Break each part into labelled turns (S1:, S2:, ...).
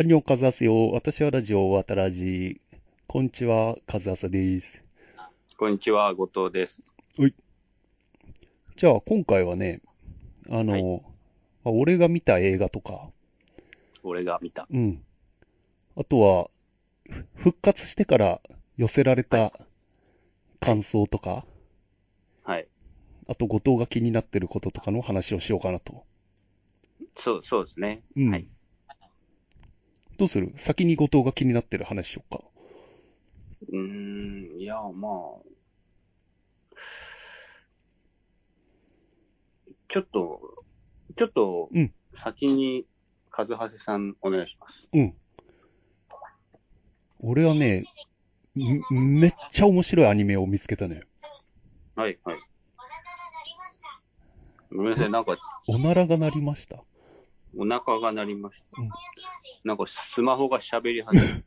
S1: アンニョンカズアスよ。私はラジオ、わたらじ。こんにちは、カズアスです。
S2: こんにちは、後藤です。
S1: じゃあ、今回はね、あの、
S2: はい
S1: まあ俺が見た映画とか、
S2: 俺が見た。
S1: うん。あとは、ふ復活してから寄せられた感想とか、
S2: はい。
S1: あと、後藤が気になってることとかの話をしようかなと。
S2: そう、そうですね。
S1: うん。
S2: はい
S1: どうする先に後藤が気になってる話しようか。
S2: うーん、いや、まあ。ちょっと、ちょっと
S1: うん、
S2: 先に、和橋さん、お願いします。
S1: うん。俺はね、んめっちゃ面白いアニメを見つけたのよ。
S2: はい、はい。ごめんなさい、なんか、
S1: おならが鳴りました。
S2: お腹が鳴りました。
S1: うん
S2: なんか、スマホが喋り始め る。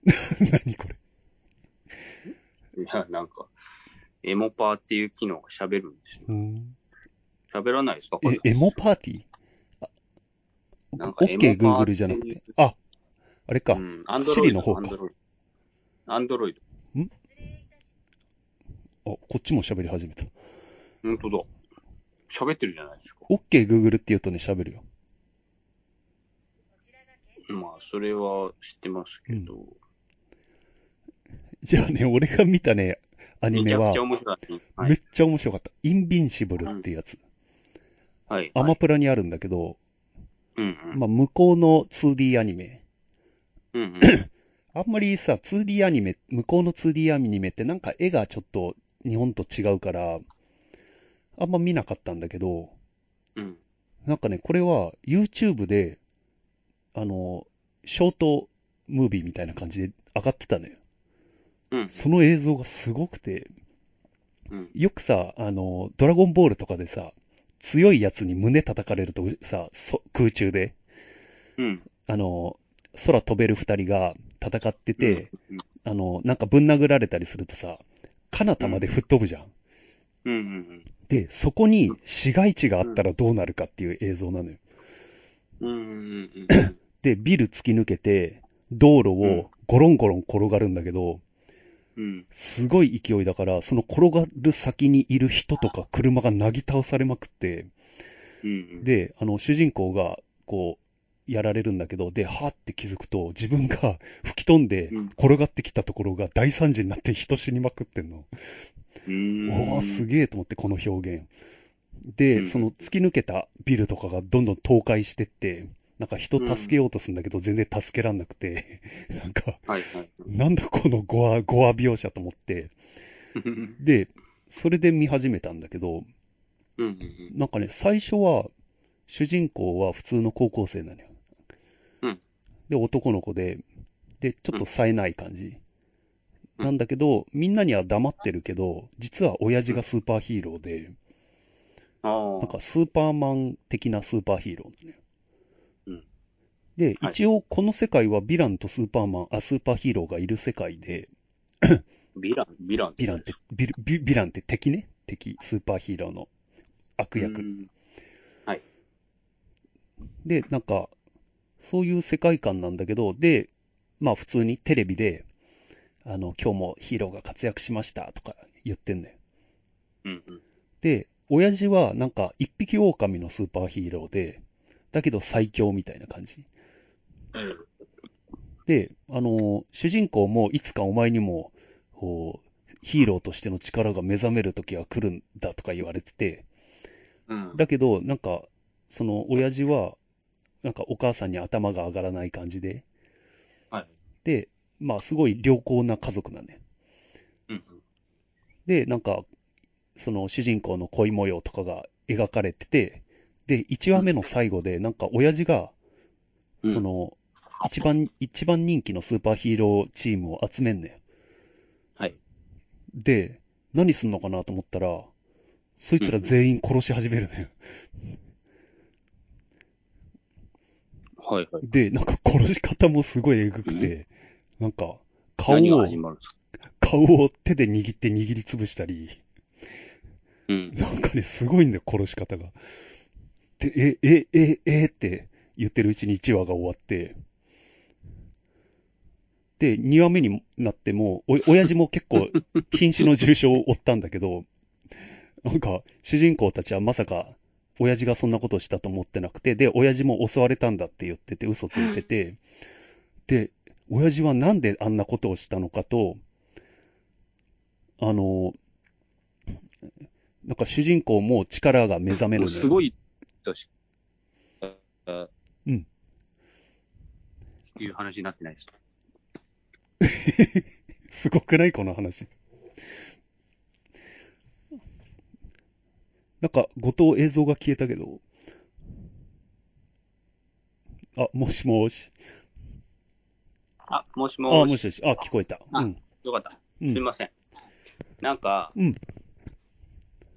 S1: 何これ。
S2: いや、なんか、エモパーっていう機能が喋るんですよ。
S1: うん、
S2: 喋らないですかこれ
S1: え、エモパーティー
S2: なんかエモパー
S1: ?OK、Google じゃなくて。あ、あれか。
S2: うん、アンドロ
S1: Siri
S2: イ
S1: の
S2: ド
S1: 方。
S2: ア
S1: か
S2: ンドロイド。アンドロイド。
S1: あ、こっちも喋り始めた。
S2: 本当だ。喋ってるじゃないですか。
S1: OK、Google って言うとね、喋るよ。
S2: まあ、それは知ってますけど。
S1: じゃあね、俺が見たね、アニメ
S2: めちゃ
S1: は
S2: くちゃ、面白い。は
S1: め
S2: い。
S1: っちゃ面白かった。インビンシブルっていうやつ。
S2: はい。
S1: アマプラにあるんだけど、
S2: うん
S1: まあ、向こうの 2D アニメ。
S2: うん。うんうん。
S1: あんまりさ、2D アニメ、向こうの 2D アニメってなんか絵がちょっと日本と違うから、あんま見なかったんだけど、
S2: うん。
S1: なんかね、これは YouTube で、あの、ショートムービーみたいな感じで上がってたのよ。
S2: うん。
S1: その映像がすごくて、
S2: うん。
S1: よくさ、あの、ドラゴンボールとかでさ、強いやつに胸叩かれるとさ、そ空中で、
S2: うん。
S1: あの、空飛べる二人が戦ってて、
S2: うん
S1: あの、なんかぶん殴られたりするとさ、彼方まで吹っ飛ぶじゃん。
S2: うんうん。
S1: で、そこに市街地があったらどうなるかっていう映像なのよ。
S2: うんうんうん。
S1: で、ビル突き抜けて、道路をゴロンゴロン転がるんだけど、
S2: うん。
S1: すごい勢いだから、その転がる先にいる人とか車がなぎ倒されまくって、
S2: うん。、
S1: で、あの、主人公が、こう、やられるんだけど、で、はーって気づくと、自分が 吹き飛んで
S2: うん
S1: 転がってきたところが大惨事になって人死にまくってんの。
S2: う
S1: お
S2: ん。
S1: ー、すげえと思って、この表現。
S2: う
S1: で、
S2: ん
S1: その突き抜けたビルとかがどんどん倒壊してって、なんか人助けようとするんだけど、全然助けらんなくて、 なんか、
S2: はいはい。
S1: なんだこのゴア、ゴア描写と思って。
S2: うん
S1: で、それで見始めたんだけど、
S2: うんうん。
S1: なんかね、最初は、主人公は普通の高校生なのよ。
S2: うん
S1: で、男の子で、で、ちょっと冴えない感じ。
S2: うん
S1: なんだけど、みんなには黙ってるけど、実は親父がスーパーヒーローで、
S2: あ
S1: なん
S2: あ。
S1: かスーパーマン的なスーパーヒーローなのよ。
S2: うん
S1: で、
S2: はい
S1: 一応この世界はヴィランとスーパーマン、あ、スーパーヒーローがいる世界で、
S2: ヴィラン、ヴィラン。
S1: ヴィランって、ヴィルヴィヴィランって敵ね。敵。スーパーヒーローの悪
S2: う
S1: 役。
S2: ん
S1: で、なんか、そういう世界観なんだけど、で、まあ普通にテレビで、あの、今日もヒーローが活躍しましたとか言ってんのよ。
S2: うんうん。
S1: で、親父はなんか一匹狼のスーパーヒーローで、だけど最強みたいな感じ。
S2: うん
S1: で、あの、主人公もいつかお前にも、こうヒーローとしての力が目覚める時が来るんだとか言われてて、
S2: うん。
S1: だけど、なんか、その、親父は、なんかお母さんに頭が上がらない感じで、
S2: はい。
S1: で、まあ、すごい良好な家族なね。
S2: うん
S1: で、なんか、その主人公の恋模様とかが描かれてて、で、1話目の最後で、なんか親父が、
S2: うん。
S1: そ、の、一番、一番人気のスーパーヒーローチームを集めんね
S2: はい。
S1: ん。で、何すんのかなと思ったら、そいつら全員殺し始めるのよ。
S2: はいはい。
S1: で、なんか殺し方もすごいえぐくて、なんか、顔
S2: 何が
S1: を
S2: 始、まるんですか
S1: 顔を手で握って握りつぶしたり、
S2: うん。
S1: なんかね、すごいんだよ、殺し方が。って、え、え、え、え、えって言ってるうちに1話が終わって、で、2話目になっても、お、親父も結 構、瀕死の重傷を負ったんだけど、なんか、主人公たちはまさか、親父がそんなことをしたと思ってなくて、で、親父も襲われたんだって言ってて、嘘ついてて、で、親父はなんであんなことをしたのかと、あの、なんか主人公も力が目覚める
S2: も
S1: の
S2: う
S1: よ
S2: すごい、確か。
S1: うん。
S2: いう話になってないです。
S1: すごくないこの話。なんか、後藤映像が消えたけど。あ、もしもし。
S2: あ、もし
S1: あ、
S2: も
S1: も
S2: し。
S1: しもし。あ、聞こえた。うん。
S2: よかった。
S1: う
S2: すみ
S1: ん。
S2: ません。なんか、
S1: うん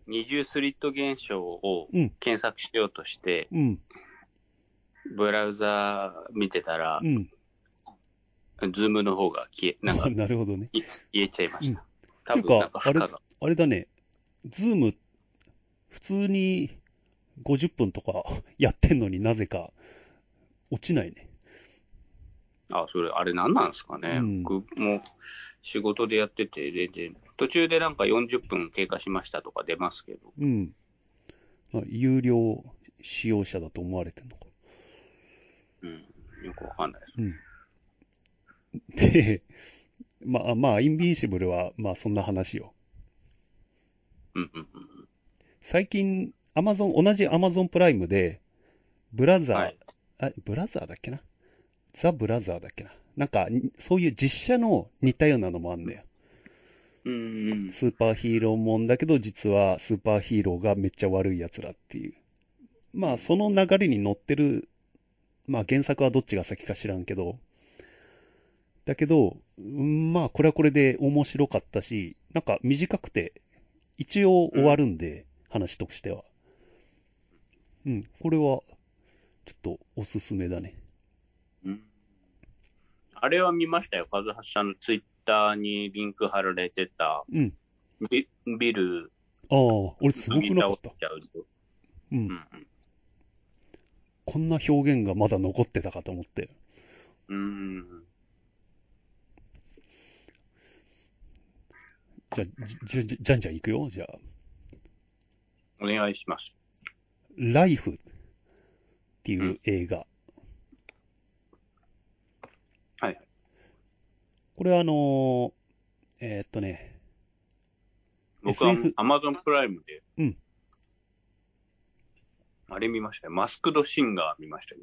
S2: 二重スリット現象を
S1: うん
S2: 検索しようとして、
S1: うん。
S2: ブラウザー見てたら
S1: う、ん。
S2: ズームの方が消え、なんか
S1: なるほどね。
S2: い消えちゃいました。多
S1: てい
S2: 分
S1: うか
S2: なんか負荷が。
S1: あれだね。ズーム、普通に50分とか やってんのになぜか落ちないね。
S2: あ、それ、あれ何なんですかね。
S1: うん
S2: 僕も仕事でやってて、で、で、途中でなんか40分経過しましたとか出ますけど、
S1: うん。まあ、有料使用者だと思われてんのか。
S2: うん、よくわかんないです。
S1: うんで、 まあまあ、インビンシブルは、まあそんな話よ。
S2: うんうんうん
S1: 最近、アマゾン、同じアマゾンプライムで、ブラ
S2: う
S1: ザ
S2: ん。
S1: ー、
S2: はい。
S1: あ、ブラザーだっけなザ・ブラザーだっけななんか、にそういう実写の似たようなのもあんだよ。
S2: うんうん。
S1: スーパーヒーローもんだけど、実はスーパーヒーローがめっちゃ悪い奴らっていう。まあ、その流れに乗ってる、まあ原作はどっちが先か知らんけど、だけど、うんまあ、これはこれで面白かったし、なんか短くて、一応終わるんで、話としては。うん、これは、ちょっとおすすめだね。
S2: うんあれは見ましたよ。和橋さんのツイッターにリンク貼られてた、
S1: うん。
S2: ビビル、
S1: ああ、俺すごくなかった
S2: ち。ゃうぞ。
S1: う。
S2: うんん
S1: こんな表現がまだ残ってたかと思って。
S2: うん。うん。
S1: じゃあ、じじじじゃんじゃん行くよ、じゃあ。
S2: お願いします。
S1: ライフっていう映画。
S2: はいはい。
S1: これはあのーえーっとね、
S2: 僕は
S1: SF
S2: アマゾンプライムで、
S1: うん
S2: あれ見ましたよ。マスクドシンガー見ましたよ。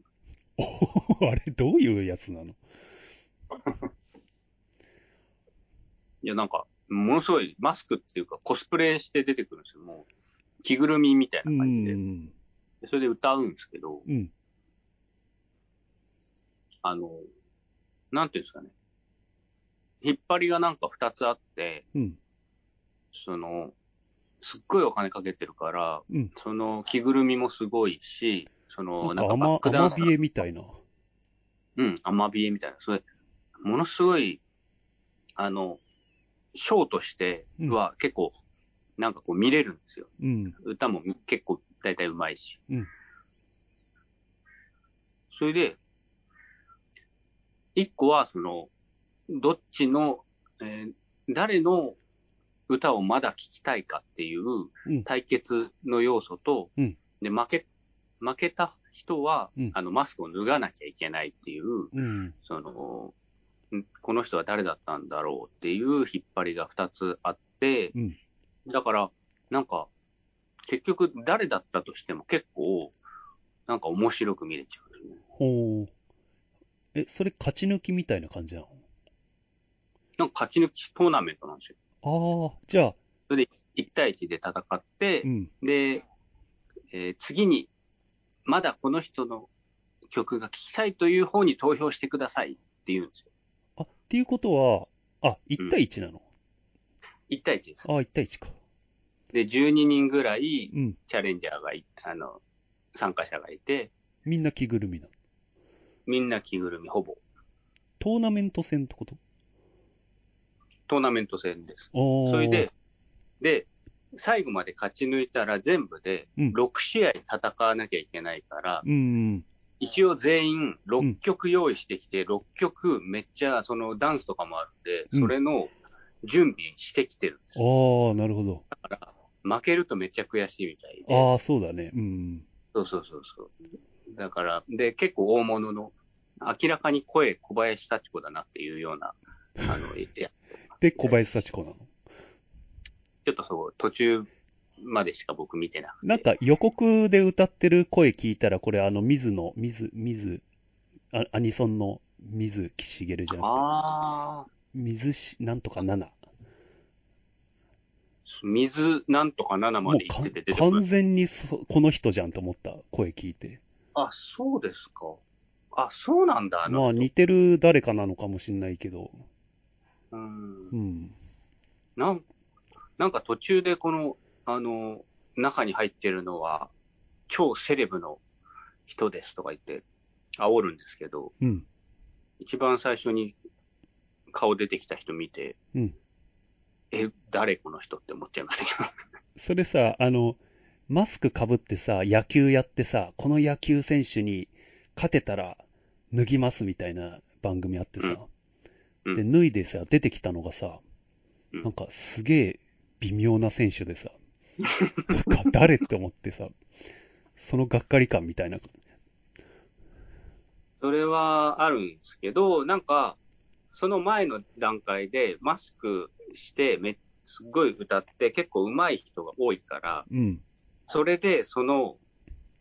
S1: おーあれどういうやつなの
S2: いや、なんか、ものすごいマスクっていうかコスプレして出てくるんですよ。もう、着ぐるみみたいうな感じで。
S1: ん。
S2: でそれで歌うんですけど、
S1: うん。
S2: あの、なんていうんですかね。引っ張りがなんか二つあって、
S1: うん。
S2: その、すっごいお金かけてるから、
S1: うん
S2: その着ぐるみもすごいし、その、
S1: なか
S2: なんんか
S1: ア
S2: バ
S1: マ
S2: ックダ
S1: ア
S2: ン
S1: マ
S2: サ
S1: ビエ
S2: ー、
S1: みたいな。
S2: うん、アマビエみたいな、それ、ものすごい、あの、ショーとしては結構、なんかこう見れるんですよ。
S1: うん。
S2: 歌も結構大体うまいし。
S1: うん
S2: それで、一個はその、どっちの、えー誰の歌をまだ聴きたいかってい
S1: うん
S2: う対決の要素と、
S1: うん
S2: で負け、負けた人は、
S1: うん
S2: あの、マスクを脱がなきゃいけないっていう、
S1: うん。
S2: その、んこの人は誰だったんだろうっていう引っ張りが2つあって、
S1: うん
S2: だから、なんか、結局誰だったとしても結構、なんか面白く見れちゃう、ね。
S1: ほう。え、それ勝ち抜きみたいな感じな
S2: なんか勝ち抜きトーナメントなんですよ。
S1: のああ、じゃあ、
S2: 1対1で戦って
S1: う、ん。
S2: で、えー次に、まだこの人の曲が聴きたいという方に投票してくださいって言うんですよ。
S1: あ、っていうことは、あ、1対1なの、
S2: 1対1です。
S1: ああ、1対1か。
S2: で、12人ぐらい
S1: うん。
S2: チャレンジャーがい、あの、参加者がいて、
S1: みんな着ぐるみなの。
S2: みんな着ぐるみ、ほぼ。
S1: トーナメント戦ってこと
S2: トーナメント戦です。
S1: ああ。
S2: それで、で、最後まで勝ち抜いたら全部で
S1: うん
S2: 6試合戦わなきゃいけないから、
S1: うん。
S2: 一応全員6曲用意してきて、6曲めっちゃそのダンスとかもあるんで、
S1: うん
S2: それの準備してきてるんですよ
S1: ああ、なるほど。
S2: だから、負けるとめっちゃ悔しいみたいで。
S1: ああ、そうだね。うん。
S2: そうそうそうそう。だから、で、結構大物の、明らかに声小林幸子だなっていうような、あの、いや、
S1: で、小林幸子なの。
S2: ちょっとそう、途中までしか僕見てなくて。
S1: なんか予告で歌ってる声聞いたら、これあの、水野、水、水、あアニソンの水木しげるじゃなくて、
S2: ああ、
S1: 水し、なんとか7。
S2: 水なんとか7
S1: も
S2: ま
S1: う
S2: で行ってて出
S1: か
S2: てこ
S1: 完
S2: ない。
S1: 全にそこの人じゃんと思った声聞いて。
S2: あ、そうですか。あ、そうなんだ、あの
S1: まあ
S2: 人
S1: 似てる誰かなのかもしんないけど。
S2: うん
S1: うん。
S2: なんなんか途中でこの、あの、中に入ってるのは、超セレブの人ですとか言って、煽るんですけど、
S1: うん。
S2: 一番最初に顔出てきた人見て、
S1: うん
S2: え、誰この人って思っちゃいましたけど。
S1: それさ、あの、マスクかぶってさ、野球やってさ、この野球選手に勝てたら脱ぎますみたいな番組あってさ、
S2: うん
S1: で、脱いでさ、出てきたのがさ、
S2: うん
S1: なんかすげえ微妙な選手でさ、 なんか誰って思ってさ、そのがっかり感みたいな。
S2: それはあるんですけど、なんか、その前の段階でマスクしてめ、すっごい歌って結構上手い人が多いから、
S1: うん。
S2: それでその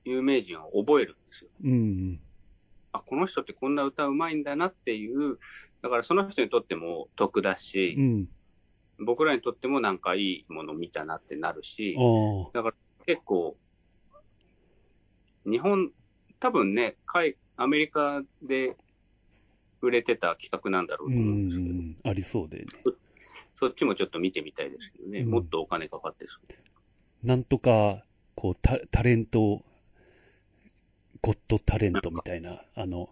S2: 有名人を覚えるんですよ。
S1: うん。
S2: あ、この人ってこんな歌うまいんだなっていう、だからその人にとっても得だ
S1: う
S2: し、
S1: ん。
S2: 僕らにとってもなんかいいもの見たなってなるし、
S1: ああ。
S2: 結構、日本、多分ね、海アメリカで売れてた企画なんだろう
S1: う
S2: と思うんですけど、
S1: ん。ありそうでね。
S2: そっちもちょっと見てみたいですけどね、
S1: うん
S2: もっとお金かかってそう。
S1: なんとか、こうタ、タレント、ゴッドタレントみたいな、あの、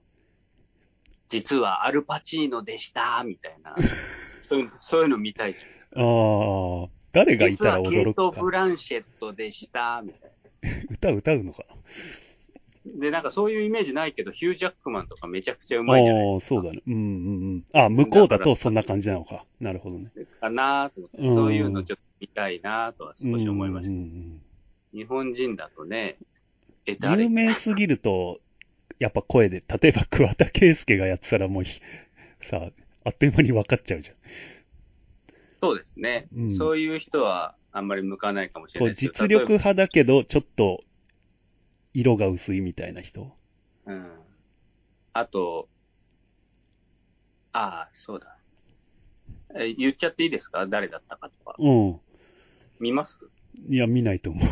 S2: 実はアルパチーノでした、みた いな。そういうそういうの見たいし。
S1: ああ、誰がい
S2: 実
S1: たら
S2: はケ
S1: 驚
S2: イト・
S1: くか
S2: ブ。ランシェットでした、みたいな。
S1: 歌歌うのか
S2: で、なんかそういうイメージないけど、ヒュー・ジャックマンとかめちゃくちゃう
S1: な。
S2: まいじゃない
S1: ああ、そうだね。うんうんうん。あ、向こうだとそんな感じなのか。なるほどね。
S2: ですかなと思って、
S1: うん
S2: そういうのちょっと見たいなとは少し思いました。
S1: うんうん
S2: 日本人だとね、
S1: う
S2: え、
S1: ん、有
S2: 誰
S1: 名すぎると、やっぱ声で、例えば桑田佳祐がやってたらもうひ、さあ、あっという間に分かっちゃうじゃん。
S2: そうですね、
S1: うん
S2: そういう人はあんまり向かないかもしれ
S1: こ
S2: な
S1: う
S2: いですけど
S1: 実
S2: 例えば
S1: 力派だけど、ちょっと、色が薄いみたいな人。
S2: うん。あと、ああ、そうだ。え、言っちゃっていいですか誰だったかとか。
S1: うん。
S2: 見ます
S1: いや、見ないと思う。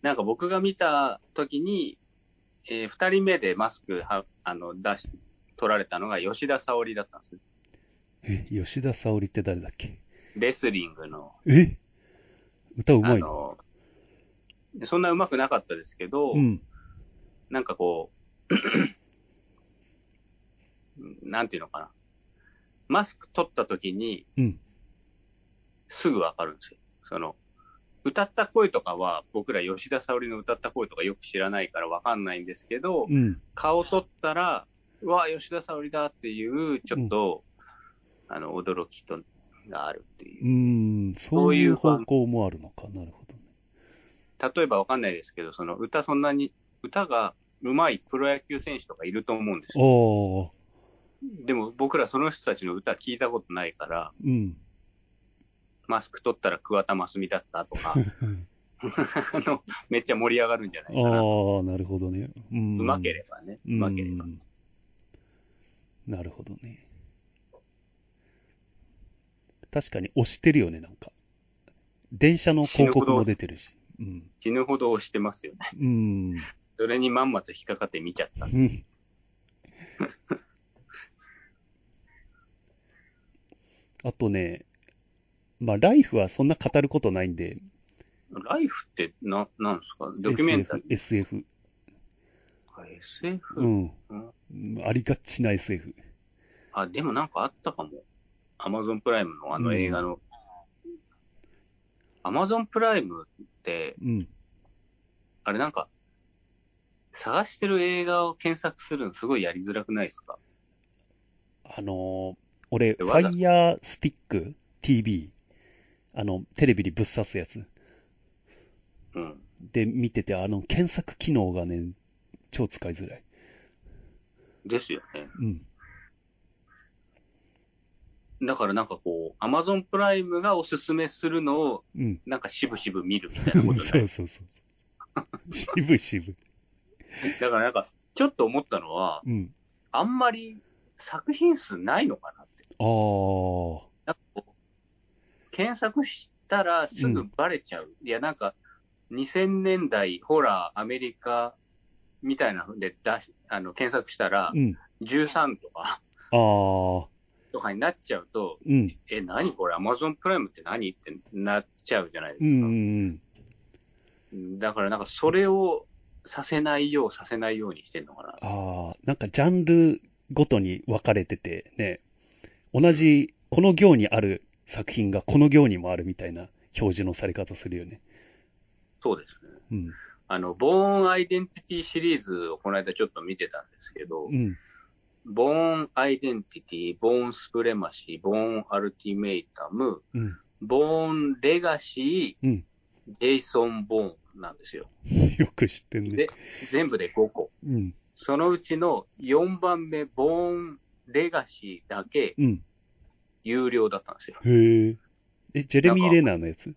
S2: なんか僕が見た時に、えー二人目でマスクは、あの、出し、取られたのが吉田沙織だったんですね。
S1: え、吉田沙織って誰だっけ
S2: レスリングの、
S1: え歌うま
S2: あ
S1: いの
S2: の、そんな上手くなかったですけど、
S1: うん。
S2: なんかこう、なんていうのかな。マスク取った時に、
S1: うん
S2: すぐわかるんですよ。その、歌った声とかは、僕ら吉田沙織の歌った声とかよく知らないからわかんないんですけど、
S1: うん。
S2: 顔取ったら、うわ、吉田沙織だっていう、ちょっと、あの、驚きと、があるっていう
S1: う。ん、そういう方向もあるのか。なるほどね。
S2: 例えばわかんないですけど、その歌そんなに、歌が上手いプロ野球選手とかいると思うんですよ。
S1: お
S2: でも僕らその人たちの歌聞いたことないから、
S1: ー、 うん。
S2: マスク取ったら桑田真澄だったと か、あの、めっちゃ盛り上がるんじゃない
S1: あ
S2: かな。う
S1: あ、なるほどね。うん。
S2: まければね。う
S1: うん
S2: まければ。
S1: なるほどね。確かに押してるよね、なんか。電車の広告も出てるし。うん。
S2: 死ぬほど押してますよね。
S1: うん。
S2: それにまんまと引っかかって見ちゃった。
S1: うん あとね、まあ、ライフはそんな語ることないんで、
S2: ライフってな、なんですかドキュメンタリ
S1: SF、
S2: ーか SF?、
S1: SF、
S2: うん
S1: うん。ありがちな SF。
S2: あ、でもなんかあったかも。アマゾンプライムのあの映画の、アマゾンプライムって、
S1: うん。
S2: あれなんか、探してる映画を検索するのすごいやりづらくないですか
S1: あのー俺、フ
S2: わざ
S1: ァイヤースティック TV、あの、テレビにぶっ刺すやつ
S2: うん。
S1: で見てて、あの、検索機能がね、超使いづらい。
S2: ですよね。
S1: うん。
S2: だからなんかこう、アマゾンプライムがおすすめするのを、
S1: うん。
S2: なんかしぶしぶ見るみたいなことにな
S1: そ
S2: る
S1: うそうそう。渋い渋い。
S2: だからなんか、ちょっと思ったのは、
S1: うん。
S2: あんまり作品数ないのかなって。
S1: ああ。
S2: なんかこう検索したらすぐバレちゃう。いや、なんか、2000年代、ホラー、アメリカみたいなので出しあの検索したら
S1: う、ん。
S2: 13とか、
S1: ああ。
S2: とかになっちゃうと、
S1: うん。
S2: え、何これ、アマゾンプライムって何ってなっちゃうじゃないで
S1: うんう
S2: す
S1: ん
S2: か。
S1: うん。
S2: だから、なんか、それをさせないよう、させないようにしてんのかな。
S1: ああ。なんかジャンルごとに分かれてて、ね。同じ、この行にある作品がこの行にもあるみたいな表示のされ方するよね。
S2: そうですね。
S1: うん。
S2: あの、ボーンアイデンティティシリーズをこの間ちょっと見てたんですけど、
S1: うん。
S2: ボーンアイデンティティ、ボーンスプレマシー、ボーンアルティメイタム、
S1: うん。
S2: ボーンレガシー、
S1: うん
S2: ジェイソン・ボーンなんですよ。
S1: よく知ってんね
S2: で。全部で5個。
S1: うん。
S2: そのうちの4番目、ボーンレガシーだけ
S1: うん。
S2: 有料だったんですよ。
S1: へえ。え、ジェレミー・レナーのやつ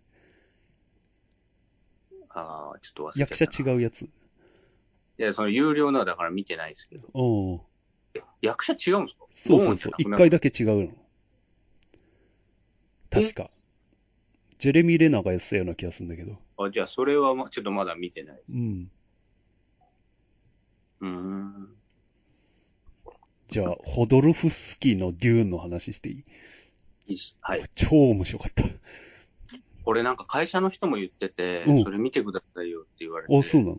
S2: ああ、ちょっと忘れ
S1: 役
S2: ち
S1: 者
S2: ゃった
S1: 違
S2: な。
S1: うやつ
S2: いや、その有料のはだから見てないですけど。
S1: おお。
S2: 役者違うんですか
S1: そうそうそう。
S2: ボー
S1: 一
S2: ンじゃなくな
S1: 回
S2: る
S1: だけ違うの。確か。ジェレミー・レナーがやってたような気がするんだけど。
S2: あじゃあ、それはまちょっとまだ見てない。
S1: うん。
S2: うーん。
S1: じゃあ、ホドルフスキーのデューンの話していい
S2: いいっすはい。
S1: 超面白かった。
S2: これなんか会社の人も言ってて、
S1: うん
S2: それ見てくださいよって言われて。
S1: あ、そうなの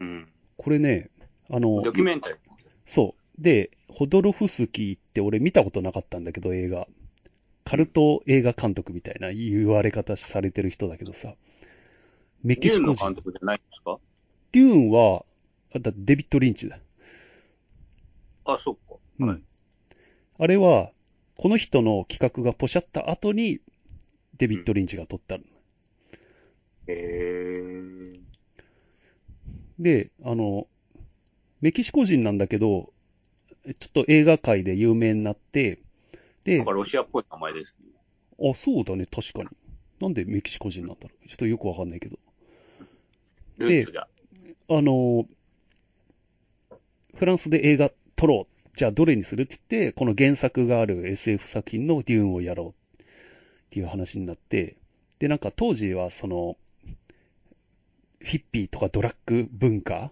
S2: うん。
S1: これね、あの、
S2: ドキュメンタリー。
S1: そう。で、ホドロフスキーって俺見たことなかったんだけど、映画。カルト映画監督みたいな言われ方されてる人だけどさ。メキ
S2: デュー
S1: シ
S2: ンの
S1: コ人。
S2: 監
S1: デ
S2: 督じゃないんですか
S1: ューンは、あだデビッド・リンチだ。
S2: あ、そっか。
S1: うん
S2: はい
S1: あれは、この人の企画がポシャった後に、デビッド・リンチが撮ったの。
S2: へえ。
S1: で、あの、メキシコ人なんだけど、ちょっと映画界で有名になって、で、
S2: なんかロシアっぽい名前ですね。
S1: あ、そうだね、確かに。なんでメキシコ人なんだろう。ちょっとよくわかんないけど。
S2: ルーツが。
S1: あの、フランスで映画撮ろう。じゃあどれにするって言って、この原作がある SF 作品のデューンをやろうっていう話になって、で、なんか当時はその、フィッピーとかドラッグ文化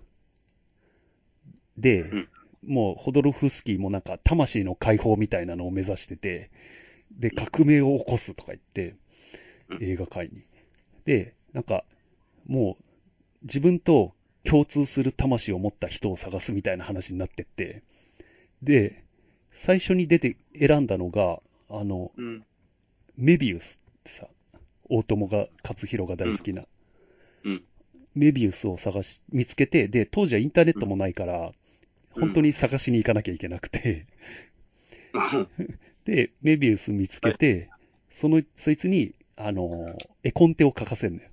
S1: で
S2: うん、
S1: もうホドロフスキーもなんか魂の解放みたいなのを目指してて、で、革命を起こすとか言って
S2: う、ん
S1: 映画界に。で、なんか、もう自分と共通する魂を持った人を探すみたいな話になってって、で、最初に出て選んだのが、あの、
S2: うん。
S1: メビウスってさ、大友が、勝弘が大好きな、
S2: うんうん
S1: メビウスを探し、見つけて、で、当時はインターネットもないから、
S2: うん
S1: 本当に探しに行かなきゃいけなくて、で、メビウス見つけて、その、そいつに、あの、絵コンテを書かせるのよ。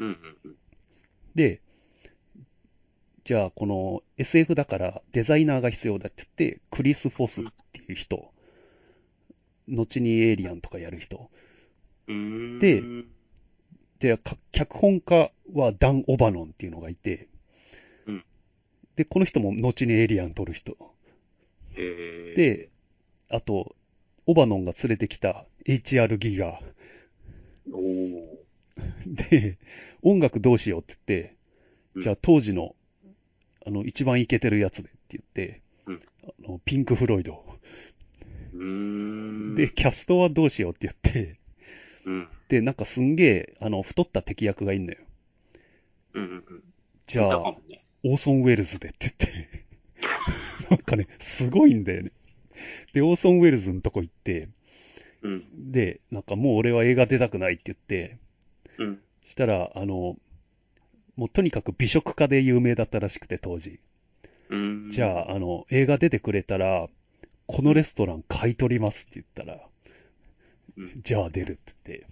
S2: うんうんうん。
S1: で、じゃあこの SF だからデザイナーが必要だって言って、クリス・フォスっていう人、後にエイリアンとかやる人、
S2: うーん
S1: でで、か脚本家はダン・オバノンっていうのがいて、
S2: うん
S1: で、この人も後にエイリアン撮る人。
S2: へえ。
S1: で、あと、オバノンが連れてきた HR ギガ。
S2: おー
S1: で、音楽どうしようって言って、
S2: うん
S1: じゃあ当時の、あの、一番イケてるやつでって言って、
S2: うん
S1: あのピンク・フロイド。
S2: うーん。
S1: で、、キャストはどうしようって言って、
S2: うん。
S1: で、なんかすんげえ、あの、太った敵役がいんのよ。
S2: うんうんうん。
S1: じゃ
S2: だか
S1: あ
S2: も、ね。
S1: オーソン・ウェルズでって言って。 なんかね、すごいんだよね。で、オーソン・ウェルズのとこ行って、
S2: うん、
S1: で、なんかもう俺は映画出たくないって言って、
S2: うん。
S1: したら、あの、もうとにかく美食家で有名だったらしくて、当時。
S2: うん。
S1: じゃあ、あの、映画出てくれたら、このレストラン買い取りますって言ったら、
S2: うん
S1: じゃあ出るって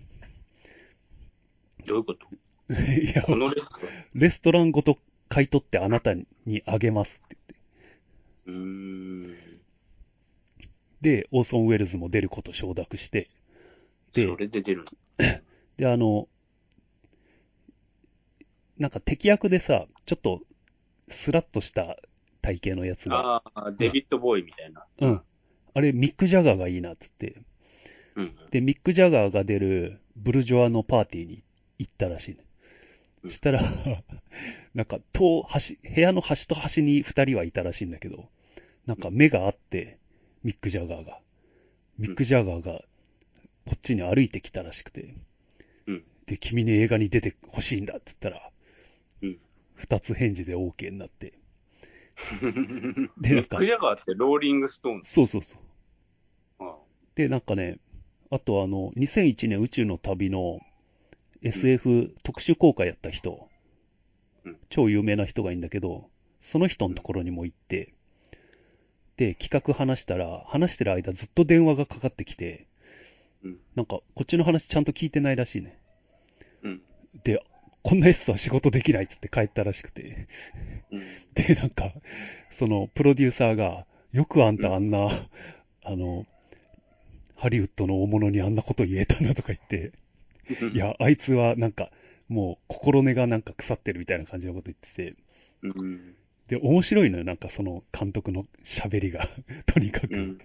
S2: どういうこと
S1: 言って、 いや、
S2: このレッド
S1: レストランごと買い取ってあなたにあげますって言っ
S2: うーん。
S1: て、で、オーソン・ウェルズも出ること承諾して、で
S2: それで出るの。
S1: で、あの、なんか敵役でさ、ちょっとスラッとした体型のやつが、
S2: ああ、デビッド・ボーイみたいな。
S1: うん。あれ、ミック・ジャガーがいいなって言って、
S2: うん。
S1: で、ミック・ジャガーが出るブルジョアのパーティーに行ったらしいね。
S2: うん
S1: したら、 なんか、遠、端、部屋の端と端に二人はいたらしいんだけど、なんか目があって、ミック・ジャガーが。ミック・ジャガーが、こっちに歩いてきたらしくて、
S2: うん
S1: で、君に映画に出てほしいんだって言ったら、
S2: うん
S1: 二つ返事で OK になって、 でな
S2: ミ
S1: ん
S2: ッ
S1: か
S2: ク・ジャガーってローリング・ストーンズ。
S1: そうそうそう。
S2: あ
S1: で、なんかね、あとあの、2001年宇宙の旅の SF 特殊公開やった人
S2: うん、
S1: 超有名な人がいいんだけど、その人のところにも行って、で、企画話したら、話してる間ずっと電話がかかってきて
S2: うん、
S1: なんか、こっちの話ちゃんと聞いてないらしいね。
S2: うん。
S1: で、こんなやつとは仕事できないっつって帰ったらしくて。
S2: うん。
S1: で、なんか、その、プロデューサーが、よくあんたあんな、あの、ハリウッドの大物にあんなこと言えたなとか言って、いや、あいつはなんか、もう心根がなんか腐ってるみたいな感じのこと言って
S2: うん。
S1: て、で、面白いのよ、なんかその監督の喋りが、 とにかく。
S2: うん。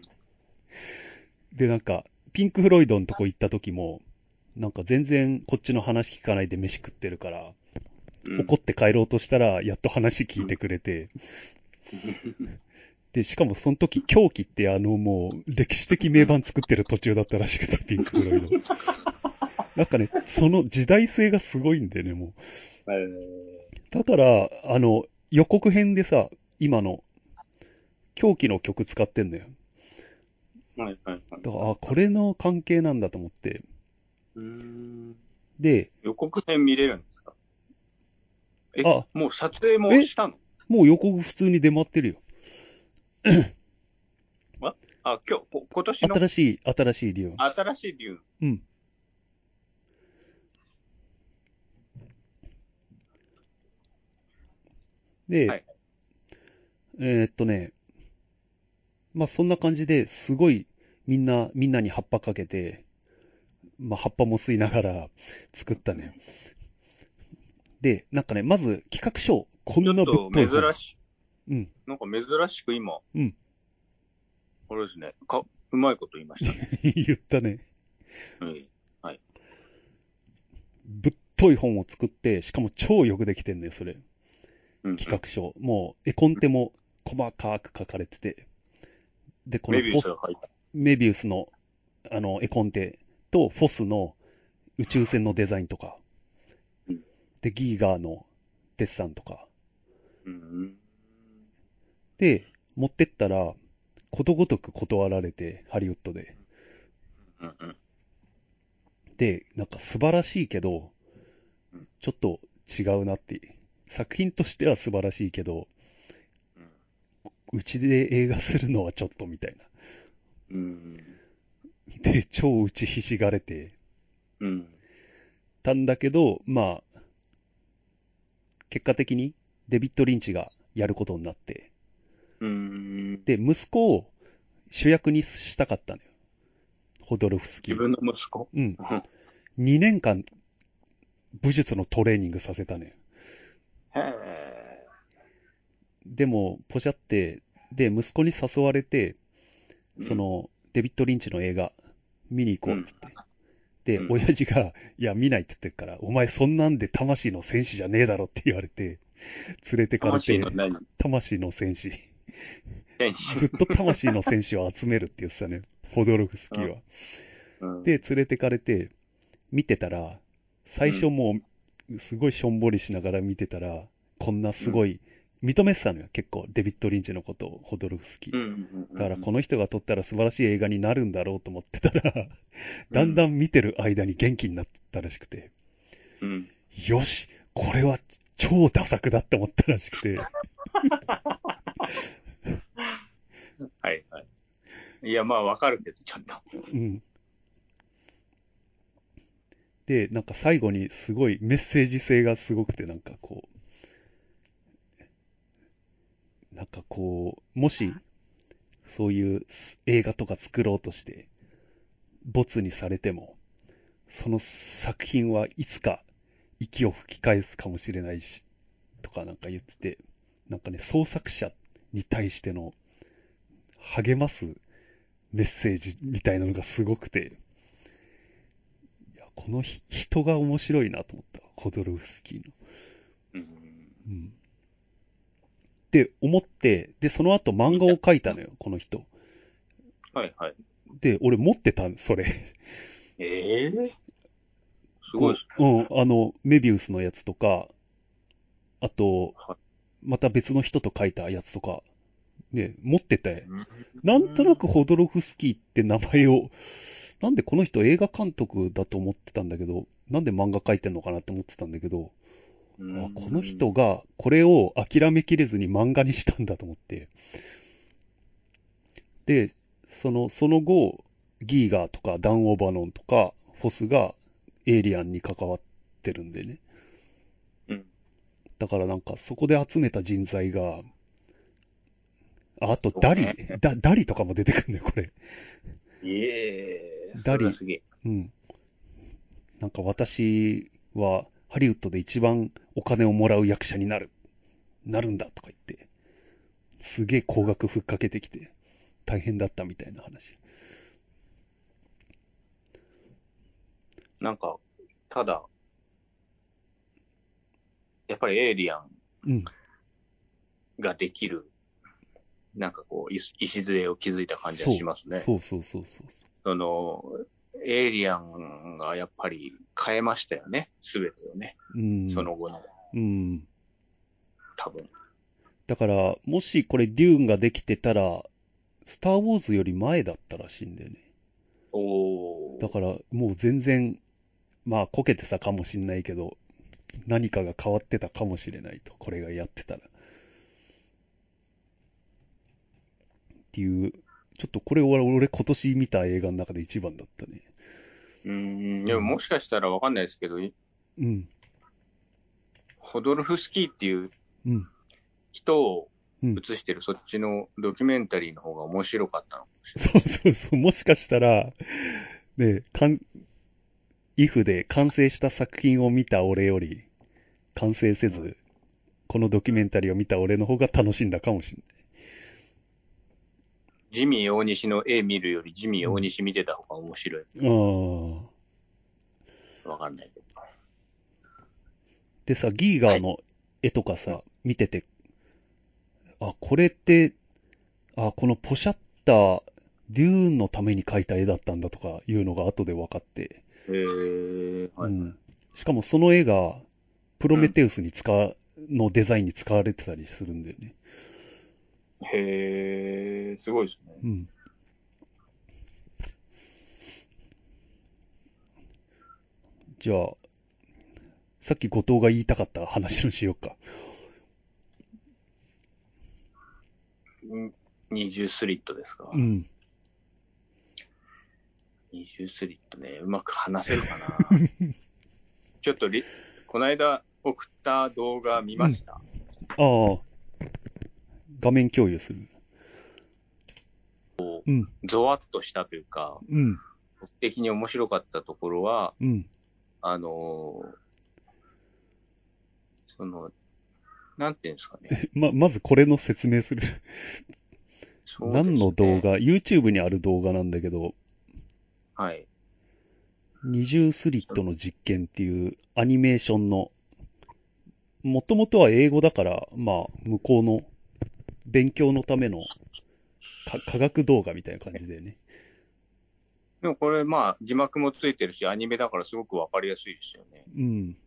S1: で、なんか、ピンク・フロイドのとこ行った時も、なんか全然こっちの話聞かないで飯食ってるから、
S2: うん
S1: 怒って帰ろうとしたら、やっと話聞いてくれて、で、しかもその時、狂気ってあのもう歴史的名盤作ってる途中だったらしくて、ピンク・フロイ ド。なんかね、その時代性がすごいんだよね、も
S2: えー
S1: う。だから、あの、予告編でさ、今の、狂気の曲使ってんのよ。
S2: はいはいはい。
S1: だから、あ、これの関係なんだと思って。
S2: うーん
S1: で、
S2: 予告編見れるんですかえ
S1: あ、
S2: もう撮影も
S1: え
S2: したの
S1: もう予告普通に出回ってるよ。
S2: あ、今日、こ今年の
S1: 新しい、新しい理由。
S2: 新しい理由。
S1: うん。で、
S2: はい
S1: えーっとね、まあそんな感じですごいみんな、みんなに葉っぱかけて、まあ葉っぱも吸いながら作ったね。で、なんかね、まず企画書、こん
S2: ちょ
S1: な
S2: っ
S1: ぶ
S2: と
S1: っとい
S2: 珍
S1: 本
S2: しい。
S1: うん
S2: なんか珍しく今。
S1: うん。
S2: これですね。か、うまいこと言いました ね。
S1: 言ったね。
S2: うん
S1: ぶっとい本を作って、しかも超よくできてんねそれ。
S2: うん。
S1: 企画書。もう、絵コンテも細かく書かれてて。で、この
S2: メ
S1: フ
S2: ビウ
S1: ォ
S2: ス
S1: ス
S2: が、書いた。
S1: メビウスの、あの、絵コンテと、フォスの宇宙船のデザインとか
S2: うん。
S1: で、ギーガーのデッサンとか。
S2: うん。
S1: で、持ってったら、ことごとく断られて、ハリウッドで。
S2: うんうん。
S1: で、なんか素晴らしいけど
S2: うん、
S1: ちょっと違うなって。作品としては素晴らしいけど、
S2: うん
S1: うちで映画するのはちょっとみたいな。
S2: うん。
S1: で、超打ちひしがれて
S2: うん。
S1: たんだけど、まあ、結果的にデビッド・リンチがやることになって、
S2: うん。
S1: で、息子を主役にしたかったのよ。ホドルフスキ
S2: 自
S1: ー。
S2: 分の息子
S1: うん。
S2: うん
S1: 2年間、武術のトレーニングさせたのよ。
S2: へえ。
S1: でも、ポシャって、で、息子に誘われて、その、デビッド・リンチの映画、見に行こうって言って。
S2: うん
S1: で、親父が、いや、見ないって言ってるから、お前そんなんで魂の戦士じゃねえだろって言われて、連れてかれて、
S2: 魂の何
S1: 魂の戦士。
S2: 天使。
S1: ずっと魂の戦士を集めるって言ってたね、ホドロフスキーは。
S2: うん
S1: で、連れてかれて、見てたら、最初もう、すごいしょんぼりしながら見てたら、こんなすごい認めてたのよ、結構、デビッド・リンチのことを、ホドルフスキ
S2: う
S1: ー。
S2: んうんうん。
S1: だから、この人が撮ったら素晴らしい映画になるんだろうと思ってたら、だんだん見てる間に元気になったらしくて、
S2: うん。
S1: よし、これは超ダ作だって思ったらしくて、
S2: はいはい。いや、まあわかるけど、ちょっと。
S1: うん。で、なんか最後にすごいメッセージ性がすごくて、なんかこう、なんかこう、もし、そういうす映画とか作ろうとして、ボツにされても、その作品はいつか息を吹き返すかもしれないし、とかなんか言ってて、なんかね、創作者に対しての励ますメッセージみたいなのがすごくて、いやこのひ人が面白いなと思った、ホドロフスキーの。
S2: うん。
S1: うん。って思って、で、その後漫画を描いたのよ、この人。
S2: はいはい。
S1: で、俺持ってた、それ。
S2: ええすごいです
S1: こううん、あの、メビウスのやつとか、あと
S2: はい、
S1: また別の人と描いたやつとか、ね、持ってて、
S2: ね。
S1: なんとなくホドロフスキーって名前を、なんでこの人映画監督だと思ってたんだけど、なんで漫画描いてんのかなって思ってたんだけど、
S2: うん、
S1: あこの人がこれを諦めきれずに漫画にしたんだと思って。で、その、その後、ギーガーとかダン・オーバノンとか、フォスがエイリアンに関わってるんでね。
S2: うん。
S1: だからなんかそこで集めた人材が、ああとダリ、
S2: そうね
S1: ダダリとかも出てくるんだよ、これ。
S2: ええ
S1: ダリ
S2: それはすげえ。
S1: うん。なんか私はハリウッドで一番お金をもらう役者になる、なるんだとか言って、すげえ高額ふっかけてきて、大変だったみたいな話。
S2: なんか、ただ、やっぱりエイリアン
S1: うん。
S2: ができる、なんかこう、い礎を築いた感じがしますね。
S1: そうそうそうそうそ
S2: その、エイリアンがやっぱり変えましたよね。すべてをね。
S1: う。うん。
S2: その後の、
S1: うん。
S2: 多分。
S1: だから、もしこれデューンができてたら、スター・ウォーズより前だったらしいんだよね。
S2: おー
S1: だから、もう全然、まあ、こけてたかもしんないけど、何かが変わってたかもしれないと、これがやってたら。っていう、ちょっとこれ俺、俺今年見た映画の中で一番だったね。
S2: うーん。でももしかしたらわかんないですけど、
S1: うん、
S2: ホドルフスキーっていう
S1: うん。
S2: 人を
S1: うん
S2: 映してるそっちのドキュメンタリーの方が面白かったの。
S1: そうそうそう、もしかしたら、ね、かん、イフで完成した作品を見た俺より、完成せず、このドキュメンタリーを見た俺の方が楽しんだかもしんない。
S2: ジミー大西の絵見るよりジミー大西見てた方が面白い。
S1: ああ。
S2: わかんないけど。
S1: でさ、ギーガーの絵とかさ、見てて、あ、これって、あ、このポシャッター、デューンのために描いた絵だったんだとかいうのが後で分かって、
S2: へえはい。
S1: うん、しかもその絵が、プロメテウスに使う、のデザインに使われてたりするんだよね。
S2: へえすごいですね。
S1: うん。じゃあ、さっき後藤が言いたかった話をしようか。
S2: うん二重スリットですか、
S1: うん。
S2: 二重スリットね、うまく話せるかな ちょっとり、この間送った動画見ました。
S1: ああ。画面共有する。うん、
S2: ゾワッとしたというか、
S1: うん、
S2: 僕的に面白かったところは、
S1: うん、
S2: あのーその、なんていうんですかね。
S1: ま、まずこれの説明する。
S2: そうですね
S1: 何の動画 ?YouTube にある動画なんだけど、
S2: はい。
S1: 二重スリットの実験っていうアニメーションの、もともとは英語だから、まあ、向こうの勉強のためのか科学動画みたいな感じでね。
S2: でもこれ、まあ、字幕もついてるし、アニメだからすごくわかりやすいですよね。
S1: うん。